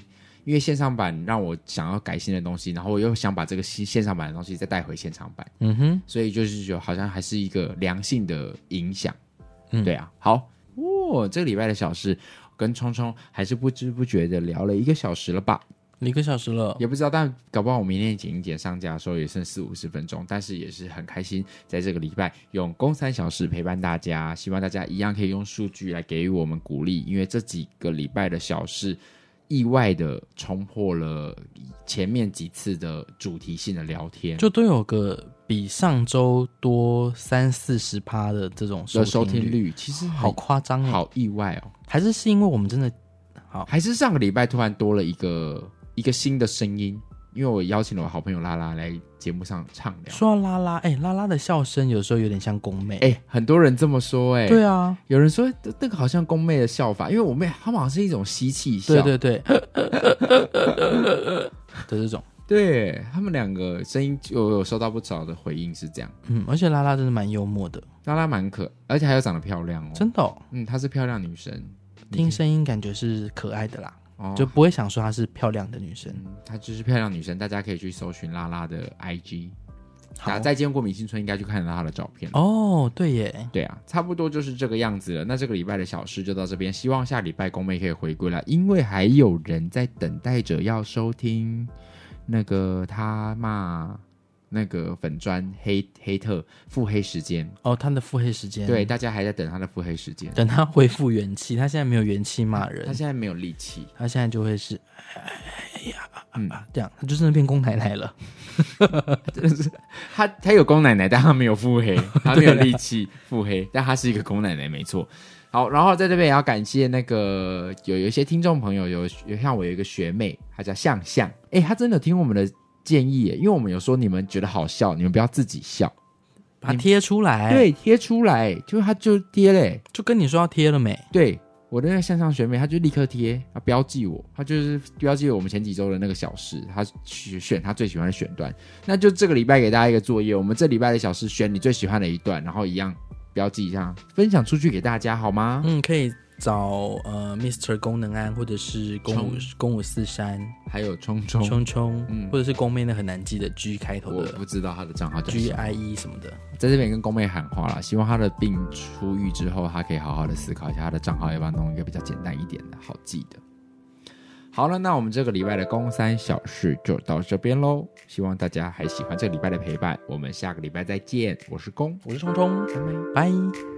B: 因为线上版让我想要改新的东西，然后我又想把这个新线上版的东西再带回现场版，
A: 嗯哼。
B: 所以就是有好像还是一个良性的影响，
A: 嗯
B: 对啊，好，哦，这个礼拜的小事跟聪聪还是不知不觉的聊了一个小时了吧，
A: 一个小时了，
B: 也不知道，但搞不好我明天剪一剪上架的时候也剩四五十分钟，但是也是很开心，在这个礼拜用公三小时陪伴大家，希望大家一样可以用数据来给予我们鼓励，因为这几个礼拜的小事意外的冲破了前面几次的主题性的聊天，
A: 就都有个比上周多三四十趴的这种
B: 的
A: 收
B: 收
A: 听
B: 听
A: 率，
B: 率其实
A: 好
B: 好
A: 夸张哦！
B: 好意外哦，
A: 还是是因为我们真的
B: 还是上个礼拜突然多了一个一个新的声音，因为我邀请了我好朋友拉拉来节目上畅聊。
A: 说到拉拉，哎、拉拉的笑声有时候有点像宫妹，
B: 哎、很多人这么说、哎，
A: 对啊，
B: 有人说这那个好像宫妹的笑法，因为我妹她们好像是一种吸气笑，
A: 对对对， 的这种，
B: 对，他们两个声音我有收到不少的回应是这样，
A: 嗯，而且拉拉真的蛮幽默的，
B: 拉拉蛮可，而且还有长得漂亮哦，
A: 真的、哦，
B: 嗯，她是漂亮女生，
A: 听声音感觉是可爱的啦，
B: 嗯哦，
A: 就不会想说她是漂亮的女生。
B: 嗯她就是漂亮女生，大家可以去搜寻拉拉的 IG，打
A: 好，
B: 再见过米青春应该去看拉拉的照片。
A: 哦，对耶，
B: 对啊，差不多就是这个样子了。那这个礼拜的小事就到这边，希望下礼拜公妹可以回归了，因为还有人在等待着要收听那个他骂那个粉砖黑黑特腹黑时间，
A: 哦，她的腹黑时间，
B: 对，，大家还在等他的腹黑时间。
A: 等她恢复元气，她现在没有元气骂人
B: 他，现在没有力气，
A: 她现在就会是，哎呀，
B: 嗯
A: 啊，这样，她就真的变宫奶奶了。
B: 他他有公奶奶，但他没有腹黑，他没有力气腹黑，但他是一个公奶奶，没错。好，然后在这边也要感谢那个有有一些听众朋友，有有像我有一个学妹，她叫向向，哎，她真的有听我们的建议耶，因为我们有说你们觉得好笑，你们不要自己笑，
A: 把它贴出来，，
B: 对，贴出来，就她就贴嘞，
A: 就跟你说要贴了没？
B: 对。我的那个向向学妹，她就立刻贴，她标记我，她就是标记了我们前几周的那个小事，她选选她最喜欢的选段。那就这个礼拜给大家一个作业，我们这礼拜的小事选你最喜欢的一段，然后一样标记一下，分享出去给大家好吗？
A: 嗯，可以找呃，Mr. 功能安，或者是公五公五四山
B: 还有冲冲，
A: 冲冲，
B: 嗯
A: 或者是公妹那很难记的 G 开头
B: 我
A: 的
B: 不知道她的账号叫
A: G
B: 什么，
A: I E 什么的。
B: 在这边跟宫妹喊话啦，希望她的病出狱之后，她可以好好的思考一下她的账号，要不要弄一个比较简单一点的，好记的。好了，那我们这个礼拜的公三小事就到这边喽，希望大家还喜欢这个礼拜的陪伴，我们下个礼拜再见，我是公，
A: 我是冲冲，
B: 拜拜。
A: 拜。